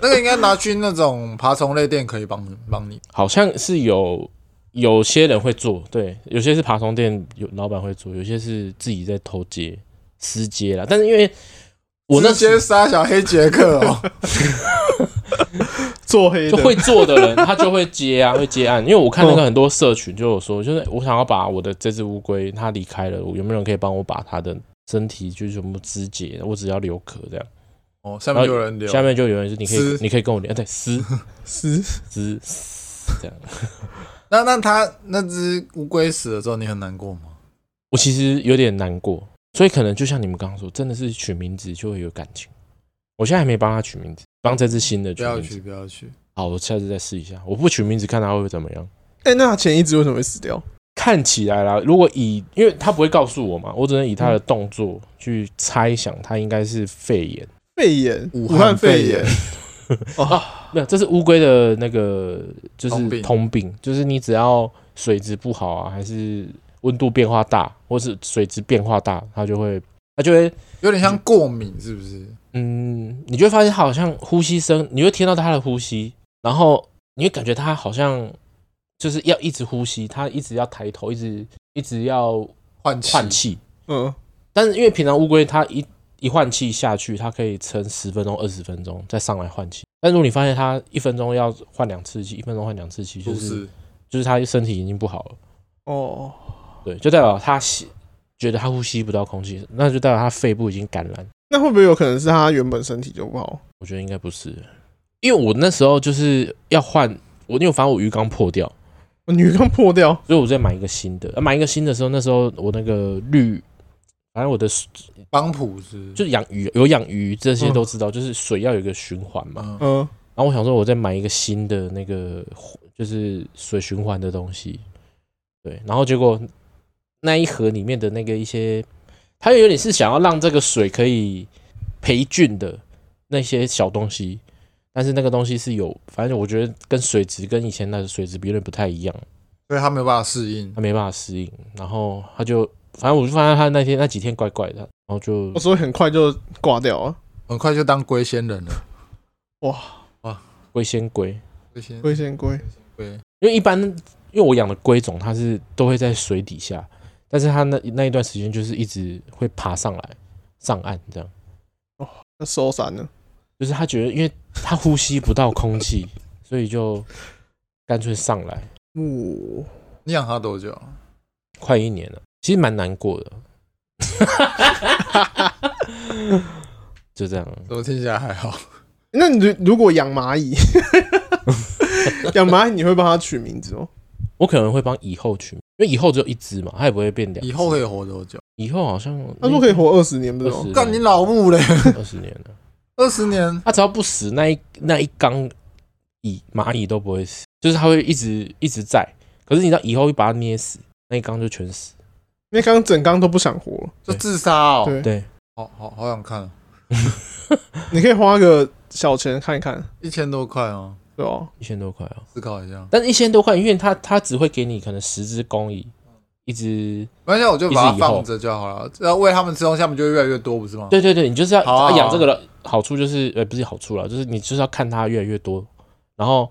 那个应该拿去那种爬虫类店可以帮帮你。好像是有有些人会做，对，有些是爬虫店有老板会做，有些是自己在偷接私接啦。但是因为我那直接杀小黑杰克 <laughs> 哦，做黑就的。会做的人，他就会接啊，会接案。因为我看那个很多社群就有说，就是我想要把我的这只乌龟，它离开了，我有没有人可以帮我把它的身体就是全部肢解，我只要留壳这样。哦，下面就有人留，下面就有人是你可以撕，你可以跟我聊，对，撕是撕撕这样。那那他那只乌龟死了之后，你很难过吗？我其实有点难过，所以可能就像你们刚刚说，真的是取名字就会有感情。我现在还没帮它取名字，帮这只新的不取要名字去，。不要去。好，我下次再试一下。我不取名字，看它会怎么样。哎、那前一只为什么会死掉？看起来啦，如果以因为它不会告诉我嘛，我只能以它的动作去猜想，它应该是肺炎。肺炎，武武汉汉肺肺炎炎。哦，没有，这是乌龟的那个就通是病通病，就是你只要水质不好啊，还是温度变化大，或是水质变化大，它就会它就会有点像过敏，是不是？嗯，你就会发现它好像呼吸声，你会听到它的呼吸，然后你会感觉它好像就是要一直呼吸，它一直要抬头，一直一直要换气，换气。嗯，但是因为平常乌龟它一一换气下去，它可以撑十分钟、二十分钟再上来换气。但如果你发现它一分钟要换两次气，一分钟换两次气，不就是是？就是它身体已经不好了，哦，对，就代表它吸觉得它呼吸不到空气，那就代表它肺部已经感染。那会不会有可能是他原本身体就不好？我觉得应该不是，因为我那时候就是要换，我因为反正我鱼缸破掉，我女刚破掉，所以我再买一个新的。啊买一个新的时候，那时候我那个绿，反正我的帮浦是？就是养鱼有养鱼这些都知道，就是水要有一个循环嘛。嗯，嗯，然后我想说，我再买一个新的那个就是水循环的东西，对。然后结果那一盒里面的那个一些，它有点是想要让这个水可以培菌的那些小东西，但是那个东西是有，反正我觉得跟水质跟以前那个水质有点不太一样，所以他没有办法适应。它没办法适应。然后它就，反正我就发现它那天那几天怪怪的，然后就我所以很快就挂掉啊。很快就当龟仙人了。哇，龟仙龟，龟仙龟仙龟，龟，因为一般因为我养的龟种它是都会在水底下，但是它那那一段时间就是一直会爬上来上岸这样，那收山了。就是它觉得因为它呼吸不到空气，所以就干脆上来，哦， <laughs> 你养它多久啊？快一年了，其实蛮难过的，就这样。我听起来还好。那你如如果养蚂蚁，养蚂蚁你会帮它取名字哦？我可能会帮以后取名，因为以后只有一只嘛，它也不会变两只。以后可以活多久？以后好像他说可以活二十年，不是二吗？十干你老母嘞！二十年了。二十年，它只要不死，那一那一缸蚁蚂蚁都不会死，就是它会一直一直在。可是你知道以后会把它捏死，那一缸就全死。因为刚刚整缸都不想活了。就自杀哦！对，对，好好好想看哦，你可以花个小钱看一看，一千多块哦，对吧？一千多块啊，思考一下。但是一千多块，因为它它只会给你可能十只公蚁，一只，没关系，我就把它一直以后放着就好了。只要喂它们吃东西，它们就会越来越多，不是吗？对对对，你就是要好啊好啊养这个的好处就是，呃，不是好处啦，就是你就是要看它越来越多，然后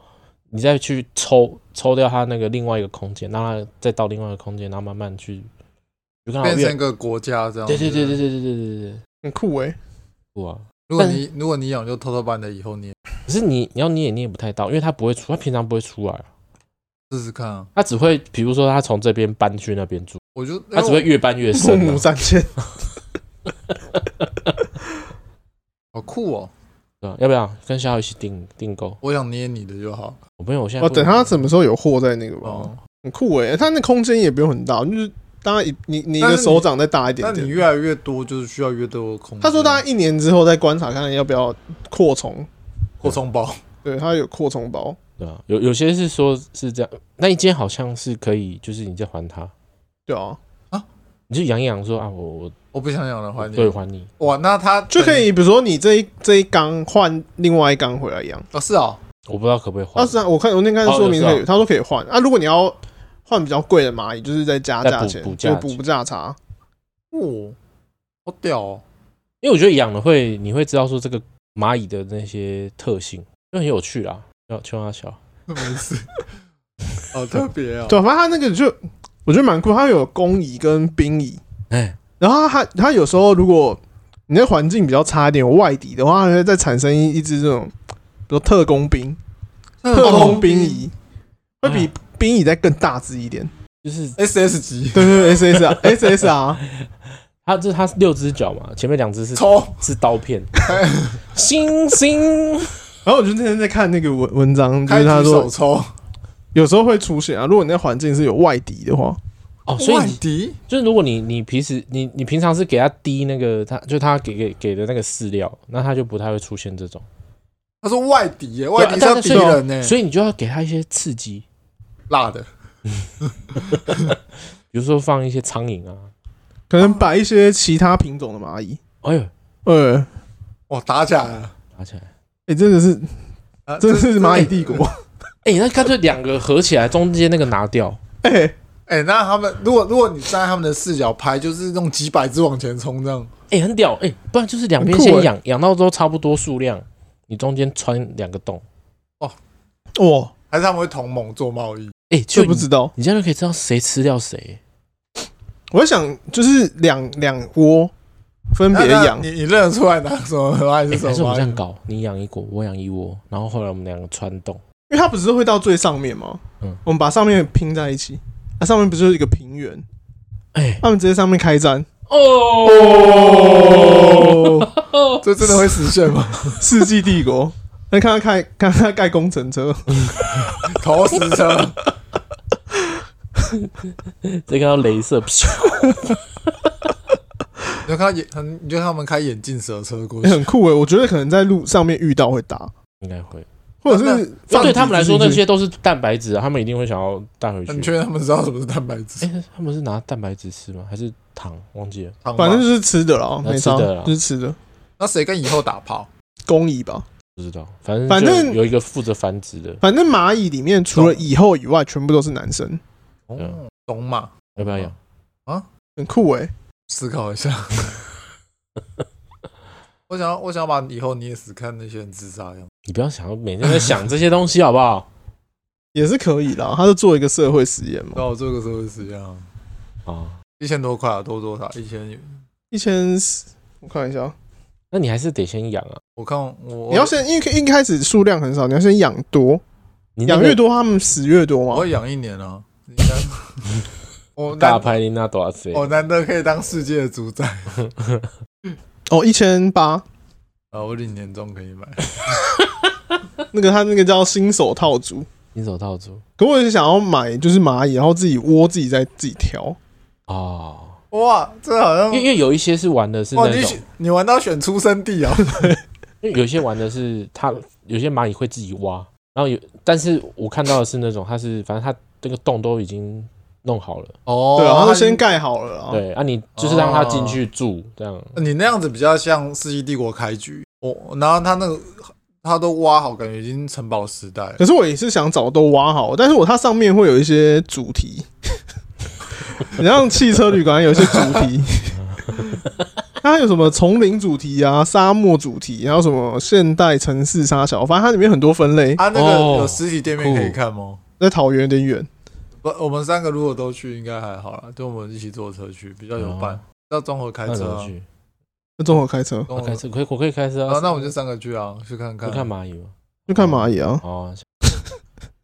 你再去抽抽掉它那个另外一个空间，让它再到另外一个空间，然后慢慢去，就看它变越成一，个国家这样。对对对对对对对对对，很酷诶、欸哇，如果你如果你养，就偷偷把你的以后捏可是你你要捏也捏不太到，因为它不会出，它平常不会出来，试试看啊。它只会比如说它从这边搬去那边住，我就它只会越搬越父深啊、母三千，好酷哦！对啊要不要跟小浩一起订订购？我想捏你的就好我朋友现在我不等哦他什么时候有货在那个吧，哦。很酷诶、他那空间也不用很大，就是大概一你你一但个是你手掌再大一点那你点。越来越多，就是需要越多的空间。他说大概一年之后再观察看看要不要扩充，扩充包，对他有扩充包，对啊，有有些是说是这样，那一间好像是可以，就是你再还他，对啊，你就养一养说啊，我我我不想养了，还对你。还你，哇，那他就可以比如说你这一这一缸换另外一缸回来养。哦，是哦，我不知道可不可以还啊，，是啊，我看我那看说明哦有可是以，他说可以换啊。如果你要换比较贵的蚂蚁，就是再加再价补钱补，价就补价差。哦，好屌哦！因为我觉得养了会你会知道说这个蚂蚁的那些特性，就很有趣啦。要求阿小，没事，好特别哦。对，反正他那个就我觉得蛮酷，它有公蚁跟兵蚁，哎，然后它它有时候如果你那环境比较差一点，有外敌的话，它会再产生一一只这种，比如特工兵、特工兵蚁，会比啊兵蚁再更大只一点。就是，SS 级对对对，S <laughs> S 啊，S S 啊，它这它是六只脚嘛，前面两只是 <laughs> 抽，是刀片，星星然后我就那天在看那个文文章，就开是他局手说哦抽，有时候会出现啊，如果你那环境是有外敌的话， <laughs> 哦，所以万你迪就是如果你你平时你你平常是给它滴那个它就它给给给的那个饲料，那它就不太会出现这种，他说外敌耶，外敌是对啊要但敌是所以人欸呢，所以你就要给它一些刺激，辣的比如说放一些苍蝇啊，可能摆一些其他品种的蚂蚁。哎呦呃，哎、哇，打起来了，拿起来，真的是，啊真的是蚂蚁 <laughs> 帝国。哎、那干脆两个合起来，中间那个拿掉，哎、哎、那他们如果如果你站在他们的视角拍，就是用几百只往前冲这样，哎、很屌，哎、不然就是两边很酷欸先养，养、到都差不多数量，你中间穿两个洞，哇，还是他们会同盟做贸易？哎、这就不你知道。你这样就可以知道谁吃掉谁，我在想，就是两两窝分别那那养，你你认得出来哪什么蚂蚁哎是什还是我么蚂们这样蚁？搞，你养一锅，我养一窝，然后后来我们两个穿洞，因为它不是会到最上面吗？嗯我们把上面拼在一起，它、上面不是有一个平原，哎、他们直接上面开战。 <laughs> 哦，哦， <laughs> 这真的会实现吗？世纪帝国。那看他开，看他盖工程车，投石车，这个要镭射， <laughs> 你就看到眼，很你就看他们开眼镜蛇车过也去，嗯很酷欸诶、我觉得可能在路上面遇到会打，应该会，或者是哦那放对他们来说几只那进去嗯些都是蛋白质啊，他们一定会想要带回去那你。确定他们知道什么是蛋白哎、质？他们是拿蛋白质吃吗？还是糖？忘记了。糖吗反正就是吃的啦，那没吃啥的啦，就是吃的那谁跟以后打炮？工蚁吧。不知道，反正反就正有一个负责繁殖的，反正蚂蚁里面除了蚁后以外，全部都是男生，嗯哦，懂吗？哦要不要养？很酷欸诶、思考一下。 <laughs> 我想要，我想要把以后捏死，看那些人自杀一样。你不要想要每天在想这些东西，好 <laughs> 不好？也是可以啦。他是做一个社会实验嘛，那我做哦个社会实验啊，啊，一千多块啊，多多少？一千，一千四，我看一下，那你还是得先养啊。我看我你要先，因为一开始数量很少，你要先养多，你那养个越多他们死越多我嘛。会养一年啊，应 <laughs> 该我大难牌林那多少岁？我难得可以当世界的主宰哦，一千八，啊！我领年终可以买，那个他那个叫新手套组。金手套族可我也是想要买，就是蚂蚁，然后自己窝自己再自己挑。哦，哇，这好哦像因为因为有一些是玩的是哇，那你种选，你玩到选出生地哦，因为有些玩的是它有些蚂蚁会自己挖，然后有，但是我看到的是那种它是反正它这个洞都已经弄好了，哦对啊，然后先盖好了啊。对啊，你就是让它进去住这样，你那样子比较像《世纪帝国》开局，我、然后他那个他都挖好，感觉已经城堡时代了可。是我也是想找都挖好，但是我它上面会有一些主题， <laughs> 你像汽车旅馆有一些主题，它有什么丛林主题啊、沙漠主题，然后什么现代城市沙小，反正它里面很多分类。啊，那哦个有实体店面可以酷看吗？在桃园有点远，不，我们三个如果都去，应该还好啦，就我们一起坐车去，比较有伴。要综合开哦那怎车、么啊，去？那综合开车跟我我开车可以，我可以开车然后啊。那我们就三个去啊，去看看不。看蚂蚁吗？就看蚂蚁啊。哦，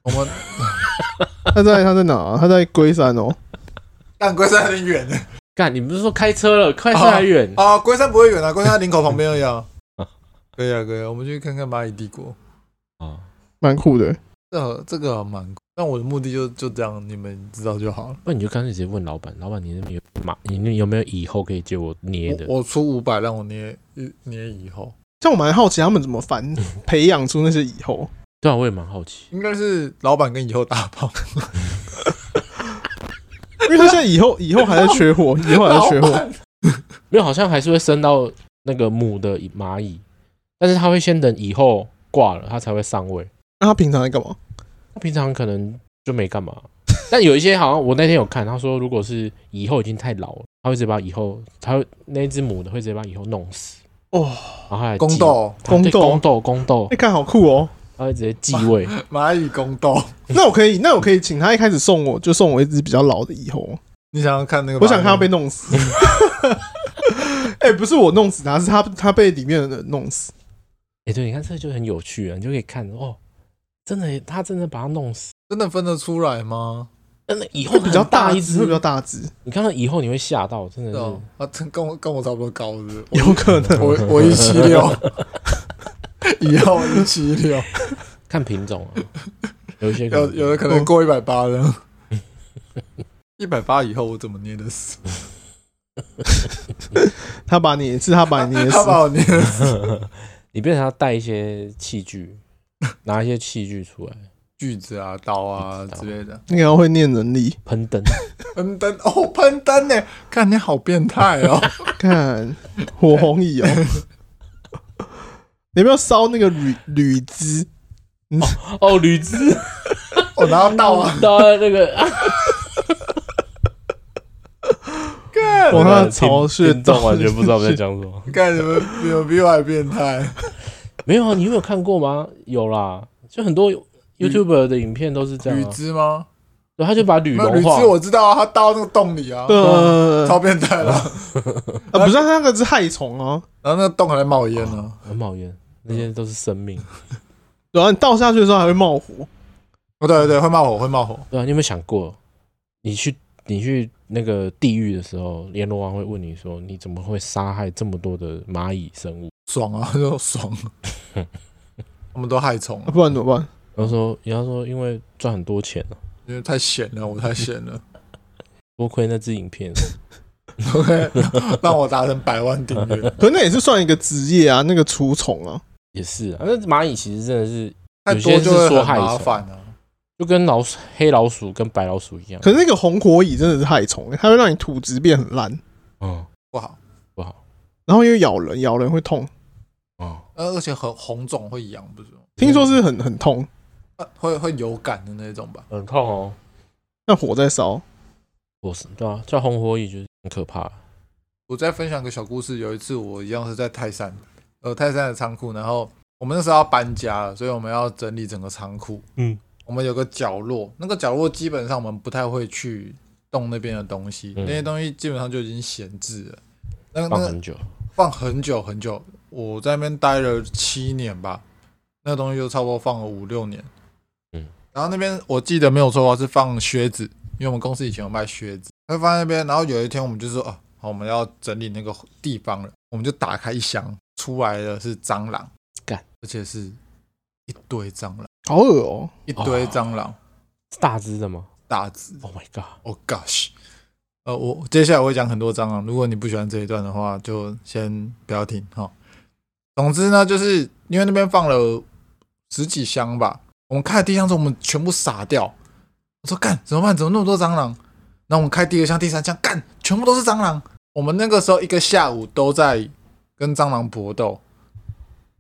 我们他在他在哪啊？他在龟山哦。但龟山有点远干，你不是说开车了？快山还远啊，龟山不会远啊，龟山在林口旁边而已 <laughs> 啊。可以啊，可以啊，我们去看看蚂蚁帝国。哦啊？蛮酷的，这好这个好蛮酷，但我的目的就就这样，你们知道就好了。不然你就干脆直接问老板，老板你那边有蚂，你那有没有以后可以借我捏的？我我出五百让我捏一捏以后，像我蛮好奇他们怎么繁培养出那些蚁后，对啊，我也蛮好奇。应该是老板跟以后打炮，因为他现在蚁后蚁后还在缺货，蚁后还在缺老货板。没有，好像还是会生到那个母的蚂蚁，但是它会先等以后挂了，它才会上位。那他平常在干嘛？它平常可能就没干嘛，但有一些好像我那天有看，他说如果是以后已经太老了，他会直接把以后，他会那一只母的会直接把以后弄死，哦，然后它来 <laughs> 宫继斗，它宫对斗宫斗宫斗哎，，看好酷哦。它会直接继位。蚂蚁宫斗。那我可以，那我可以请他一开始送我就送我一只比较老的蚁后吗，你想要看那个？我想看他被。弄死。 <laughs> 哎，不是我弄死他，是他他被里面的人弄死。哎、对，你看这就很有趣啊，你就可以看哦，真的，他真的把它弄死。真的分得出来吗？真的以后会比较很大大一只，会只比，较大只，你看到以后你会吓到，真的是是。哦，啊，这跟我跟我差不多高是不是有可能。我我我一七六， <laughs> 以后一七六，看品种啊，有一些可有能有的可能过一百八了。 <laughs> 一百八以后我怎么捏得 <laughs> 死？他把你是他把你捏死 <laughs> 他，把我捏得死， <laughs> 你变成要带一些器具，拿一些器具出来，锯子啊、刀啊之类的。你可能会念能力。喷灯， <laughs> 喷灯哦，喷灯呢？看你好变态 <laughs> 哦！看火红蚁哦， <laughs> 你要不要烧那个铝铝汁？哦，铝制我拿到刀啊，到那个啊看哇，他那的个巢穴听众完全不知道我们在讲什么。看你们你们比我还变态。 <laughs> 没有啊，你有没有看过吗？有啦，就很多 YouTuber 的影片都是这样铝啊，汁吗？对，他就把铝没有铝融汁化，我知道啊，他倒到那个洞里啊，呃，超变态了。啊，不是他那个是害虫哦，然后那个洞还在冒烟啊呢。很冒烟，那些都是生命。然啊后你倒下去的时候还会冒火，哦，对对对，会冒火，会冒火。对啊，你有没有想过，你去你去那个地狱的时候，阎罗王会问你说，你怎么会杀害这么多的蚂蚁生物？爽啊， <laughs> 就 <laughs> 爽。我们都害虫啊了，不然怎么办？ <laughs> 然后说，然后说，因为赚很多钱啊，因为太闲了，我太闲了。多亏那支影片。 OK，让我达成百万订阅，可那也是算一个职业啊，那个除虫啊，也是啊，那蚂蚁其实真的是太有多些是就会说很害虫麻烦啊。就跟老鼠、黑老鼠跟白老鼠一样，可是那个红火蚁真的是害虫，欸它会让你土质变很烂，嗯不好，不好，然后又咬人，咬人会痛，嗯，呃，而且很红肿会痒，不是吗？听说是很很痛，呃会会有感的那种吧？很痛哦。那火在烧，我是对啊，叫红火蚁就是很可怕。我再分享个小故事。有一次，我一样是在泰山，呃，泰山的仓库，然后我们那时候要搬家了，所以我们要整理整个仓库。嗯，我们有个角落，那个角落基本上我们不太会去动那边的东西，嗯那些东西基本上就已经闲置了。那放那很久，放很久很久，我在那边待了七年吧，那个东西就差不多放了五六年。嗯，然后那边我记得没有错的话是放靴子，因为我们公司以前有卖靴子，会放在那边。然后有一天我们就说，哦、好，我们要整理那个地方了，我们就打开一箱，出来的是蟑螂，干，而且是一堆蟑螂，好恶哦，一堆蟑螂，是大只的吗大只。 ？Oh my god！ Oh gosh！呃，我接下来我会讲很多蟑螂，如果你不喜欢这一段的话，就先不要听哈。总之呢，就是因为那边放了十几箱吧，我们开了第一箱之后，我们全部傻掉。我说干怎么办？怎么那么多蟑螂？然后我们开第二箱、第三箱，干全部都是蟑螂。我们那个时候一个下午都在跟蟑螂搏斗，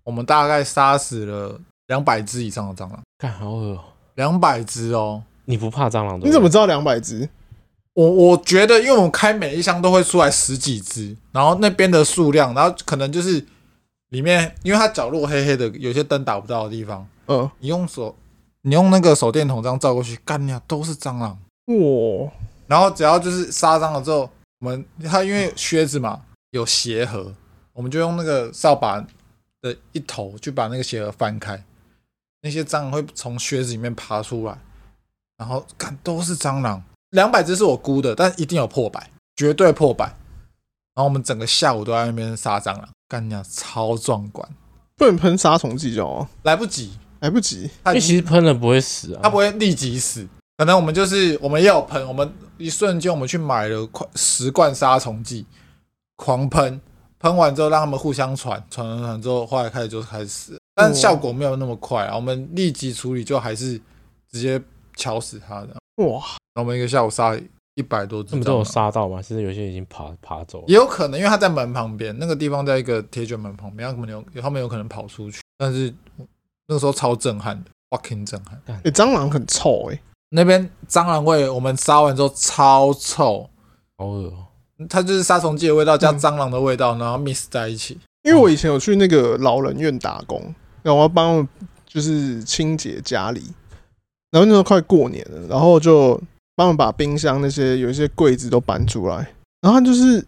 我们大概杀死了两百只以上的蟑螂，看好恶哦，两百只哦。你不怕蟑螂？你怎么？知道两百只？我我觉得，因为我们开每一箱都会出来十几只，然后那边的数量，然后可能就是里面，因为它角落黑黑的，有些灯打不到的地方，呃，你用手，你用那个手电筒这样照过去，干呀，都是蟑螂。哇。然后只要就是杀蟑螂之后，我们它因为靴子嘛有鞋盒，我们就用那个扫把的一头去把那个鞋盒翻开，那些蟑螂会从靴子里面爬出来，然后看都是蟑螂，两百只是我估的，但一定有破百，绝对破百。然后我们整个下午都在那边杀蟑螂，干娘超壮观，不能喷杀虫剂就好啊，来不及，来不及。它因已为经其实喷了不会死啊，它不会立即死。可能我们就是我们也有喷，我们一瞬间我们去买了快十罐杀虫剂，狂喷，喷完之后让他们互相传，传传传之后，后来开始就开始死，哦但效果没有那么快啊。我们立即处理就还是直接敲死它的。哇，然后我们一个下午杀一百多只他们都有蟑螂，杀到嘛？其实有些已经爬爬走了也。有可能因为它在门旁边，那个地方在一个铁卷门旁边，他们有他们有可能跑出去，但是那个时候超震撼的，fucking 震撼。干哎，蟑螂很臭哎，那边蟑螂味，我们杀完之后超臭，好恶哦、它就是杀虫剂的味道加嗯蟑螂的味道，然后 mix 在一起。因为我以前有去那个老人院打工，然后我要帮他们就是清洁家里，然后那时候快过年了，然后就帮他们把冰箱那些有一些柜子都搬出来，然后他就是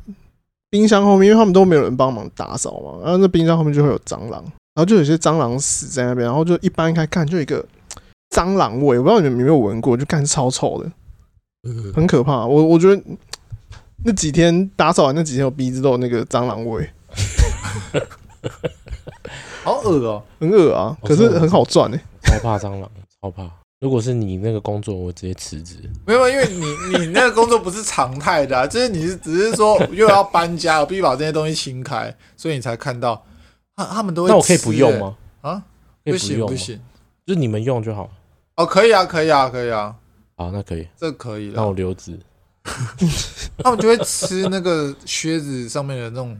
冰箱后面，因为他们都没有人帮忙打扫嘛，然后那冰箱后面就会有蟑螂，然后就有些蟑螂死在那边，然后就一搬开看，就有一个蟑螂味，我不知道你们有没有闻过，就干超臭的，呃很可怕。我我觉得那几天打扫完那几天，我鼻子都有那个蟑螂味。好恶哦、很恶啊，哦可是是吗很好赚哎、超怕蟑螂，超怕。如果是你那个工作，我直接辞职。没有，因为你 <laughs> 你那个工作不是常态的、啊，就是你是只是说又要搬家，我必须把这些东西清开，所以你才看到他他们都会、那我可以不用？吗？啊，可不以行用不吗，行，就是你们用就好。哦，可以啊，可以啊，可以啊，好，那可以，这可以那我了。留职。他们就会吃那个靴子上面的那种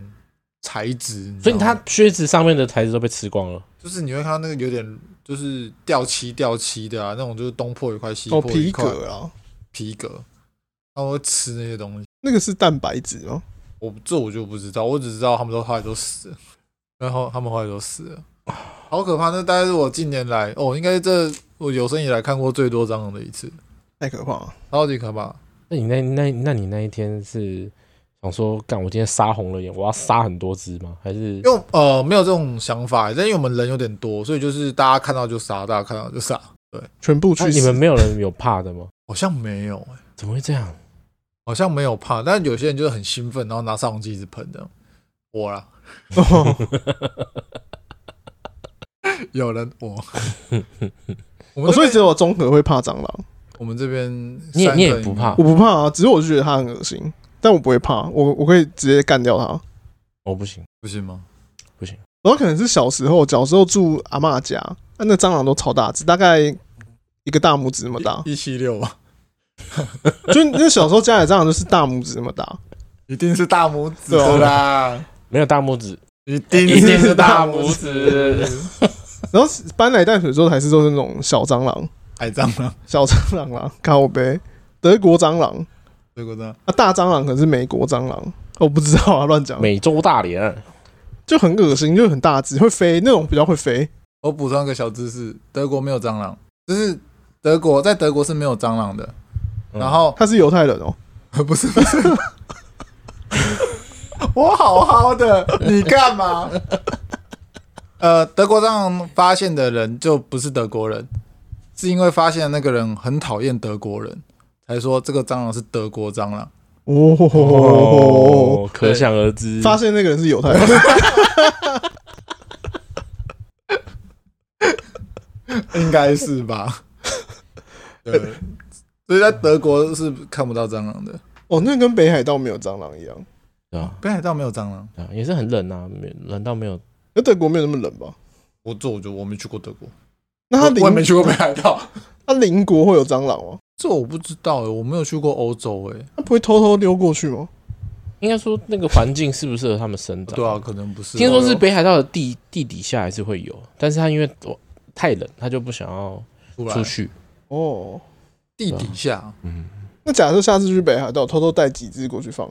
材质，所以它它靴子上面的材质都被吃光了。就是你会看到那个有点就是掉漆掉漆的啊，那种就是东破一块西破哦，一皮块、革啊，皮革，他们会吃那些东西。那个是蛋白质哦。我这我就不知道，我只知道他们都后来都死了，然后他们后来都死了，好可怕！那大概是我近年来哦，应该是这我有生以来看过最多蟑螂的一次，太哎可怕了！超级可怕。那你那那那你那一天是想说，干我今天杀红了眼，我要杀很多只吗？还是因为呃没有这种想法，但因为我们人有点多，所以就是大家看到就杀，大家看到就杀，全部那去啊你死们没有人有怕的吗？好像没有、欸，怎么会这样？好像没有怕，但有些人就是很兴奋，然后拿杀虫剂一直喷的。我啦， <laughs> 哦，有人 <laughs> 我，我我哦们这哦所以边只有综合会怕蟑螂，我们这边你也三个你也人不怕我不怕啊，只是我就觉得它很恶心，但我不会怕，我我可以直接干掉它。我哦不行，不行吗？然后可能是小时候，小时候住阿嬷家，啊那蟑螂都超大只，大概一个大拇指那么大，一七六吧，就那小时候家里的蟑螂就是大拇指那么大，一定是大拇指对的啊啦，没有大拇指， <laughs> 一定 <laughs> 一定是是大大拇拇指指。然后搬来淡水之后还是都是那种小蟑螂，矮蟑螂，小蟑螂啦，靠呗，德国蟑螂。对不对？啊，大蟑螂可能是美国蟑螂，我不知道啊，乱讲， <laughs> 美洲大蠊，就很恶心，就很大只，会飞那种比较会飞。我补充一个小知识：德国没有蟑螂，就是德国在德国是没有蟑螂的。嗯然后他是犹太人哦、不是不是，我好好的，你干嘛？呃，德国蟑螂发现的人就不是德国人，是因为发现的那个人很讨厌德国人，才说这个蟑螂是德国蟑螂。哦，哦，可想而知。发现那个人是犹太人， <laughs> 应该是吧？对，所以在德国是看不到蟑螂的，哦，那跟北海道没有蟑螂一样，对啊，北海道没有蟑螂。对啊，也是很冷啊，没冷到没有。那德国没有那么冷吧？我这我就我没去过德国，那他我我也没邻去过北海道，他邻国会有蟑螂吗？这我不知道、欸，我没有去过欧洲哎、他不会偷偷溜过去吗？应该说那个环境适不适合他们生长？对啊，可能不是。听说是北海道的地地底下还是会有，但是他因为我太冷，他就不想要出来出去。哦，地底下，嗯，那假设下次去北海道，偷偷带几只过去放，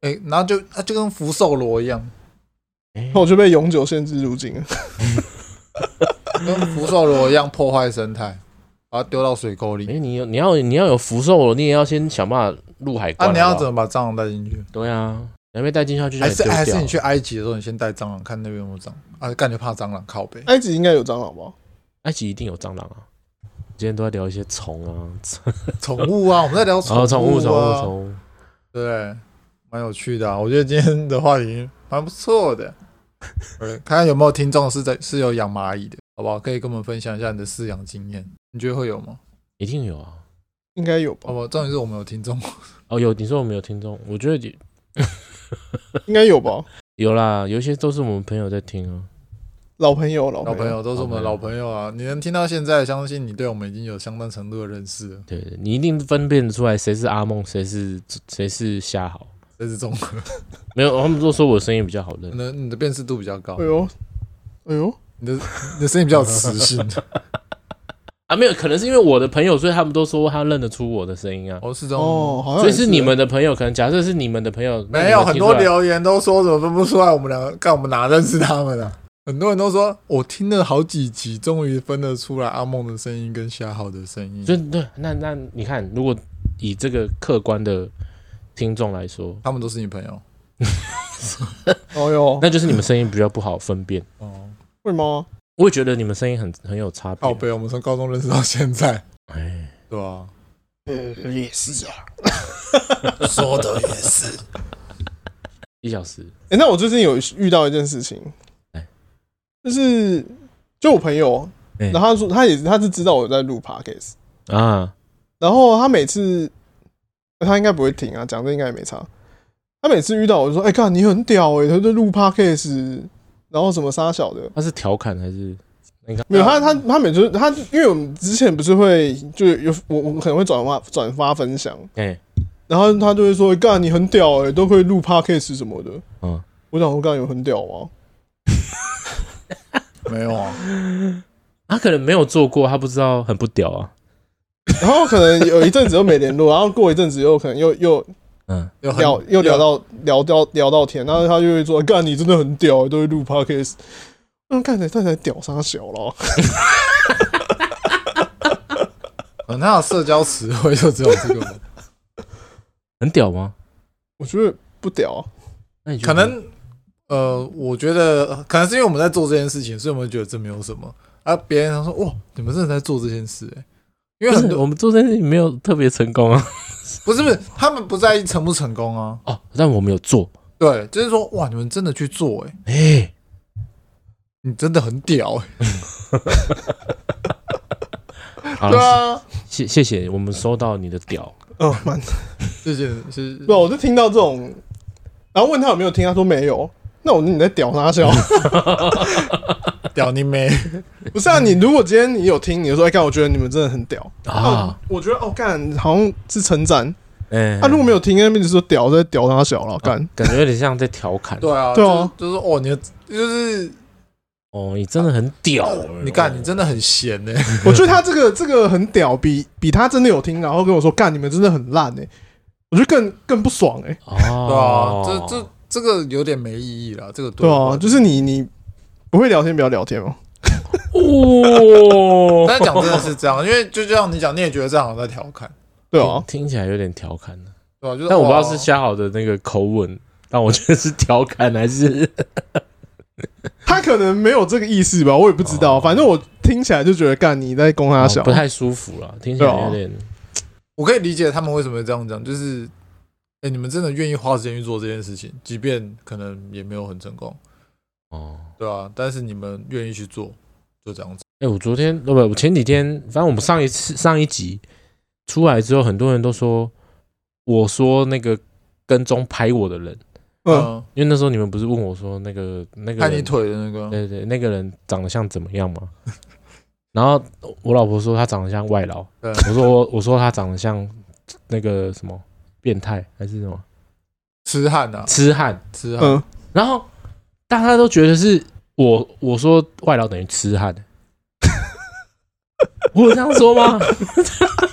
哎、然后就啊就跟福寿螺一样，哎那我就被永久限制入境了。跟福寿螺一样破坏生态，把它丢到水沟里。哎，你有你要你要有福寿了，你也要先想办法入海关。啊，你要好不怎好么把蟑螂带进去？对啊，你还没带进下去就还是还丢是你掉。啊去埃及的时候，你先带蟑螂，看那边有没有蟑螂啊？感觉怕蟑螂，靠背。埃及应该有蟑螂吧？埃及一定有蟑螂啊！今天都在聊一些虫啊，宠物啊，我们在聊哦，宠物，物，宠物，宠，物。对，蛮有趣的、啊。我觉得今天的话题蛮不错的。 <laughs> 呃，看看有没有听众是在是有养蚂蚁的，好不好？可以跟我们分享一下你的饲养经验，你觉得会有吗？一定有啊！应该有好吧？不好？重点是我们有听众，哦，有你说我们有听众，我觉得也应该有吧？有啦，有一些都是我们朋友在听啊。老朋友，老老朋友，友都是我们的老朋友啊。你能听到现在，相信你对我们已经有相当程度的认识了，对，对你一定分辨得出来谁是阿梦，谁是谁是虾好。这是综合，没有，他们都说我声音比较好认可。能你的辨识度比较高哎，呦，哎呦，你的声音比较有磁性。啊，没有，可能是因为我的朋友，所以他们都说他认得出我的声音啊。 <laughs> 哦，是这样吗。哦，好像所以也是你们的朋友，可能假设是你们的朋友，那没你有们很听多出来留言都说怎么分不出来我们两个，看我们哪认识他们啊？很多人都说我听了好几集，终于分得出来阿梦的声音跟夏浩的声音所。以对，那那你看，如果以这个客观的听众来说，他们都是你朋友哎哦哟，那就是你们声音比较不好分辨。哦？会吗？我也觉得你们声音很很有差靠别。背，我们从高中认识到现在，哎，对啊吧、也是啊。说的也是。一小时，哎，那我最近有遇到一件事情哎，就是就我朋友，哎然后他说他也是他是知道我在录 podcast，啊，然后他每次他应该不会停啊，讲这应该也没差。他每次遇到我就说：“哎、干你很屌哎、他在录 podcast，然后什么沙小的，他是调侃还是？你看，没有他，他他每次他，因为我们之前不是会就有我我可能会转发转发分享，哎，然后他就会说：“干你很屌哎、都可以录 podcast 什么的。”嗯，我想说干有很屌吗？<laughs> <laughs> 没有啊，他可能没有做过，他不知道，很不屌啊。然后可能有一阵子又没联络，然后过一阵子又可能又又嗯，有很聊又聊到聊到聊到天，然后他就会说：“干你真的很屌、欸，都会录 podcast。”嗯，看起来看起来屌啥小了，可能他的社交词汇就只有这个吧，很屌吗？我觉得不屌啊、那你觉可得能呃，我觉得可能是因为我们在做这件事情，所以我们觉得这没有什么。啊，别人他说哇，你们真的在做这件事哎、欸因为不很是多我们做这件事情没有特别成功啊。不是不是，他们不在意成不成功啊。哦，但我们有做，对，就是说，哇，你们真的去做、欸，哎，哎，你真的很屌、欸，好对了， <laughs> 啊，谢谢谢，我们收到你的屌。嗯，蛮谢谢，谢谢对啊，我就听到这种，然后问他有没有听，他说没有。那我说你在屌啥 <laughs> 小？屌你妹，不是啊，你如果今天你有听，你就说哎干，我觉得你们真的很屌啊，我觉得哦干，好像是称赞。哎，啊他、如果没有听，那边就说屌在屌啥小了干。感觉有点像在调侃。对啊，对啊就是，就是哦，你的就是哦，你真的很屌欸，啊你看，你真的很闲呢、欸 <laughs> 我觉得他这个这个很屌，比比他真的有听，然后跟我说干你们真的很烂哎、我觉得更更不爽哎、对哦啊，，这这这个有点没意义了，这个对啊，话就是你你不会聊天不要聊天嘛。哦，但讲真的是这样，因为就像你讲，你也觉得这好像在调侃，对啊，听听起来有点调侃呢，对啊吧、就是但我不知道哇是虾好的那个口吻，但我觉得是调侃还是他可能没有这个意思吧，我也不知道。哦反正我听起来就觉得干你在攻他小哦，不太舒服了，听起来有点啊我可以理解他们为什么会这样讲，就是，哎、你们真的愿意花时间去做这件事情，即便可能也没有很成功，哦。对吧、但是你们愿意去做，就这样子。哎，我昨天哦不，我前几天，反正我们上一次上一集出来之后，很多人都说我说那个跟踪拍我的人，嗯，嗯，因为那时候你们不是问我说那个那个看你人腿的那个，对对，那个人长得像怎么样嘛？ <laughs> 然后我老婆说他长得像外劳，对我说我我说他长得像那个什么变态还是什么痴汉啊，痴汉，痴汉，嗯，然后大家都觉得是我我说外劳等于痴汉，我有这样说吗？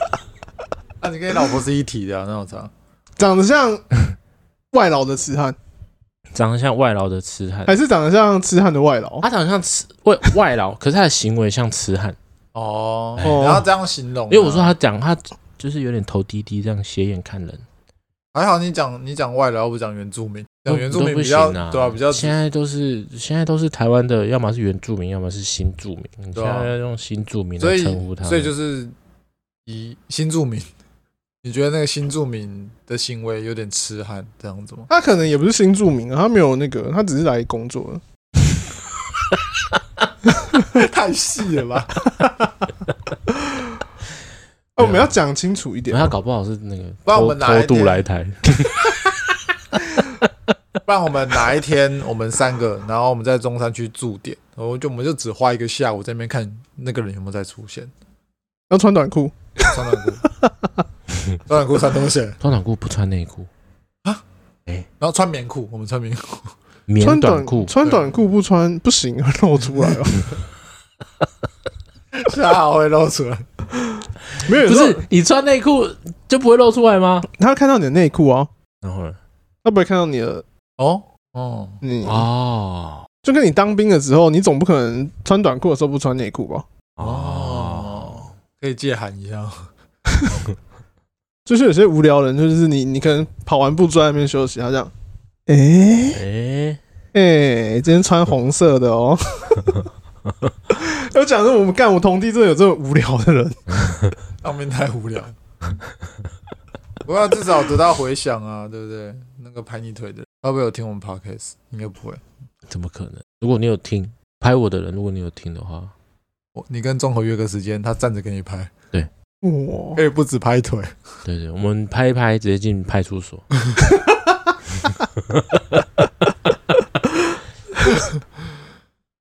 <laughs> 啊，你跟你老婆是一体的、啊，那有啥？长得像外劳的痴汉，长得像外劳的痴汉，还是长得像痴汉的外劳？他长得像痴外外劳，可是他的行为像痴汉，哦，哦然后这样形容啊、因为我说他讲他就是有点头低低这样斜眼看人。还好你讲你讲外劳，不讲原住民，讲都原住都民不比行较啊，对吧？比较现在都是现在都是台湾的，要么是原住民，要么是新住民。你现对啊在要用新住民所来以称呼他们，所以就是以新住民，你觉得那个新住民的行为有点痴汉这样子吗？他可能也不是新住民啊，他没有那个，他只是来工作的。 <laughs> 哦太细了吧？哦，我们要讲清楚一点然。后他搞不好是那个不然我们偷哪一偷渡天 <laughs> 来台，不然我们哪一天我们三个，然后我们在中山区驻点，然后就我们就只花一个下午在那边看那个人有没有再出现，要穿短裤，穿短裤，穿短裤穿拖鞋，穿短裤不穿内裤，然后穿棉裤，我们穿棉裤，棉穿短裤，穿短裤不穿不行，会露出来哦。下午会露出来。没有，有时不候是你穿内裤就不会露出来吗？他看到你的内裤啊，然后呢？他不会看到你的哦哦，你，哦就跟你当兵的时候，你总不可能穿短裤的时候不穿内裤吧？哦哦，可以借喊一下吗，就是有些无聊人，就是你，你可能跑完步坐在那边休息，他这样，诶哎，诶，今天穿红色的哦。 <laughs> 要讲说我们干，我同弟真的有这种无聊的人，当兵太无聊。不过至少得到回响啊，对不对？那个拍你腿的人，会不会有听我们 podcast？应该不会。怎么可能？如果你有听拍我的人，如果你有听的话，我你跟综合约个时间，他站着给你拍，哇可，以不止拍腿。对对，我们拍一拍，直接进派出所。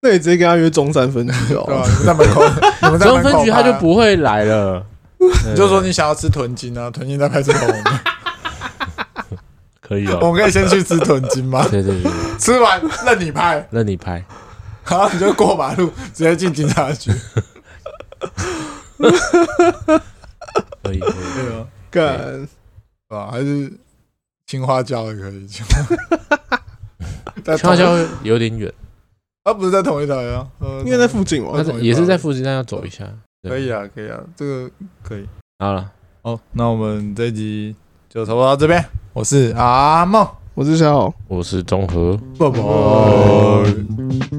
那你直接跟他约中山分局对啊吧？哦。你们在门 <laughs> 口，你们在中门口、啊分局他就，不会来了， <laughs> 你就说你想要吃豚筋啊，豚筋在派出所，我 <laughs> 们可以我哦。们可以先去吃豚筋吗？ <laughs> 对对对，对吃完任你拍，那你拍，然后你就过马路，直接进警察局。可 <laughs> 以可以。对啊，干，对吧？还是青花椒也可 <laughs> 以。青花青花椒有点远，他不是在同一台啊，呃应该在附近吧那但？怎么是也是办在附近，但要走一下。对可以啊，可以啊，这个可以。好了，好，那我们这一集就差不多到这边。我是阿梦，我是小好。我是综合。拜拜。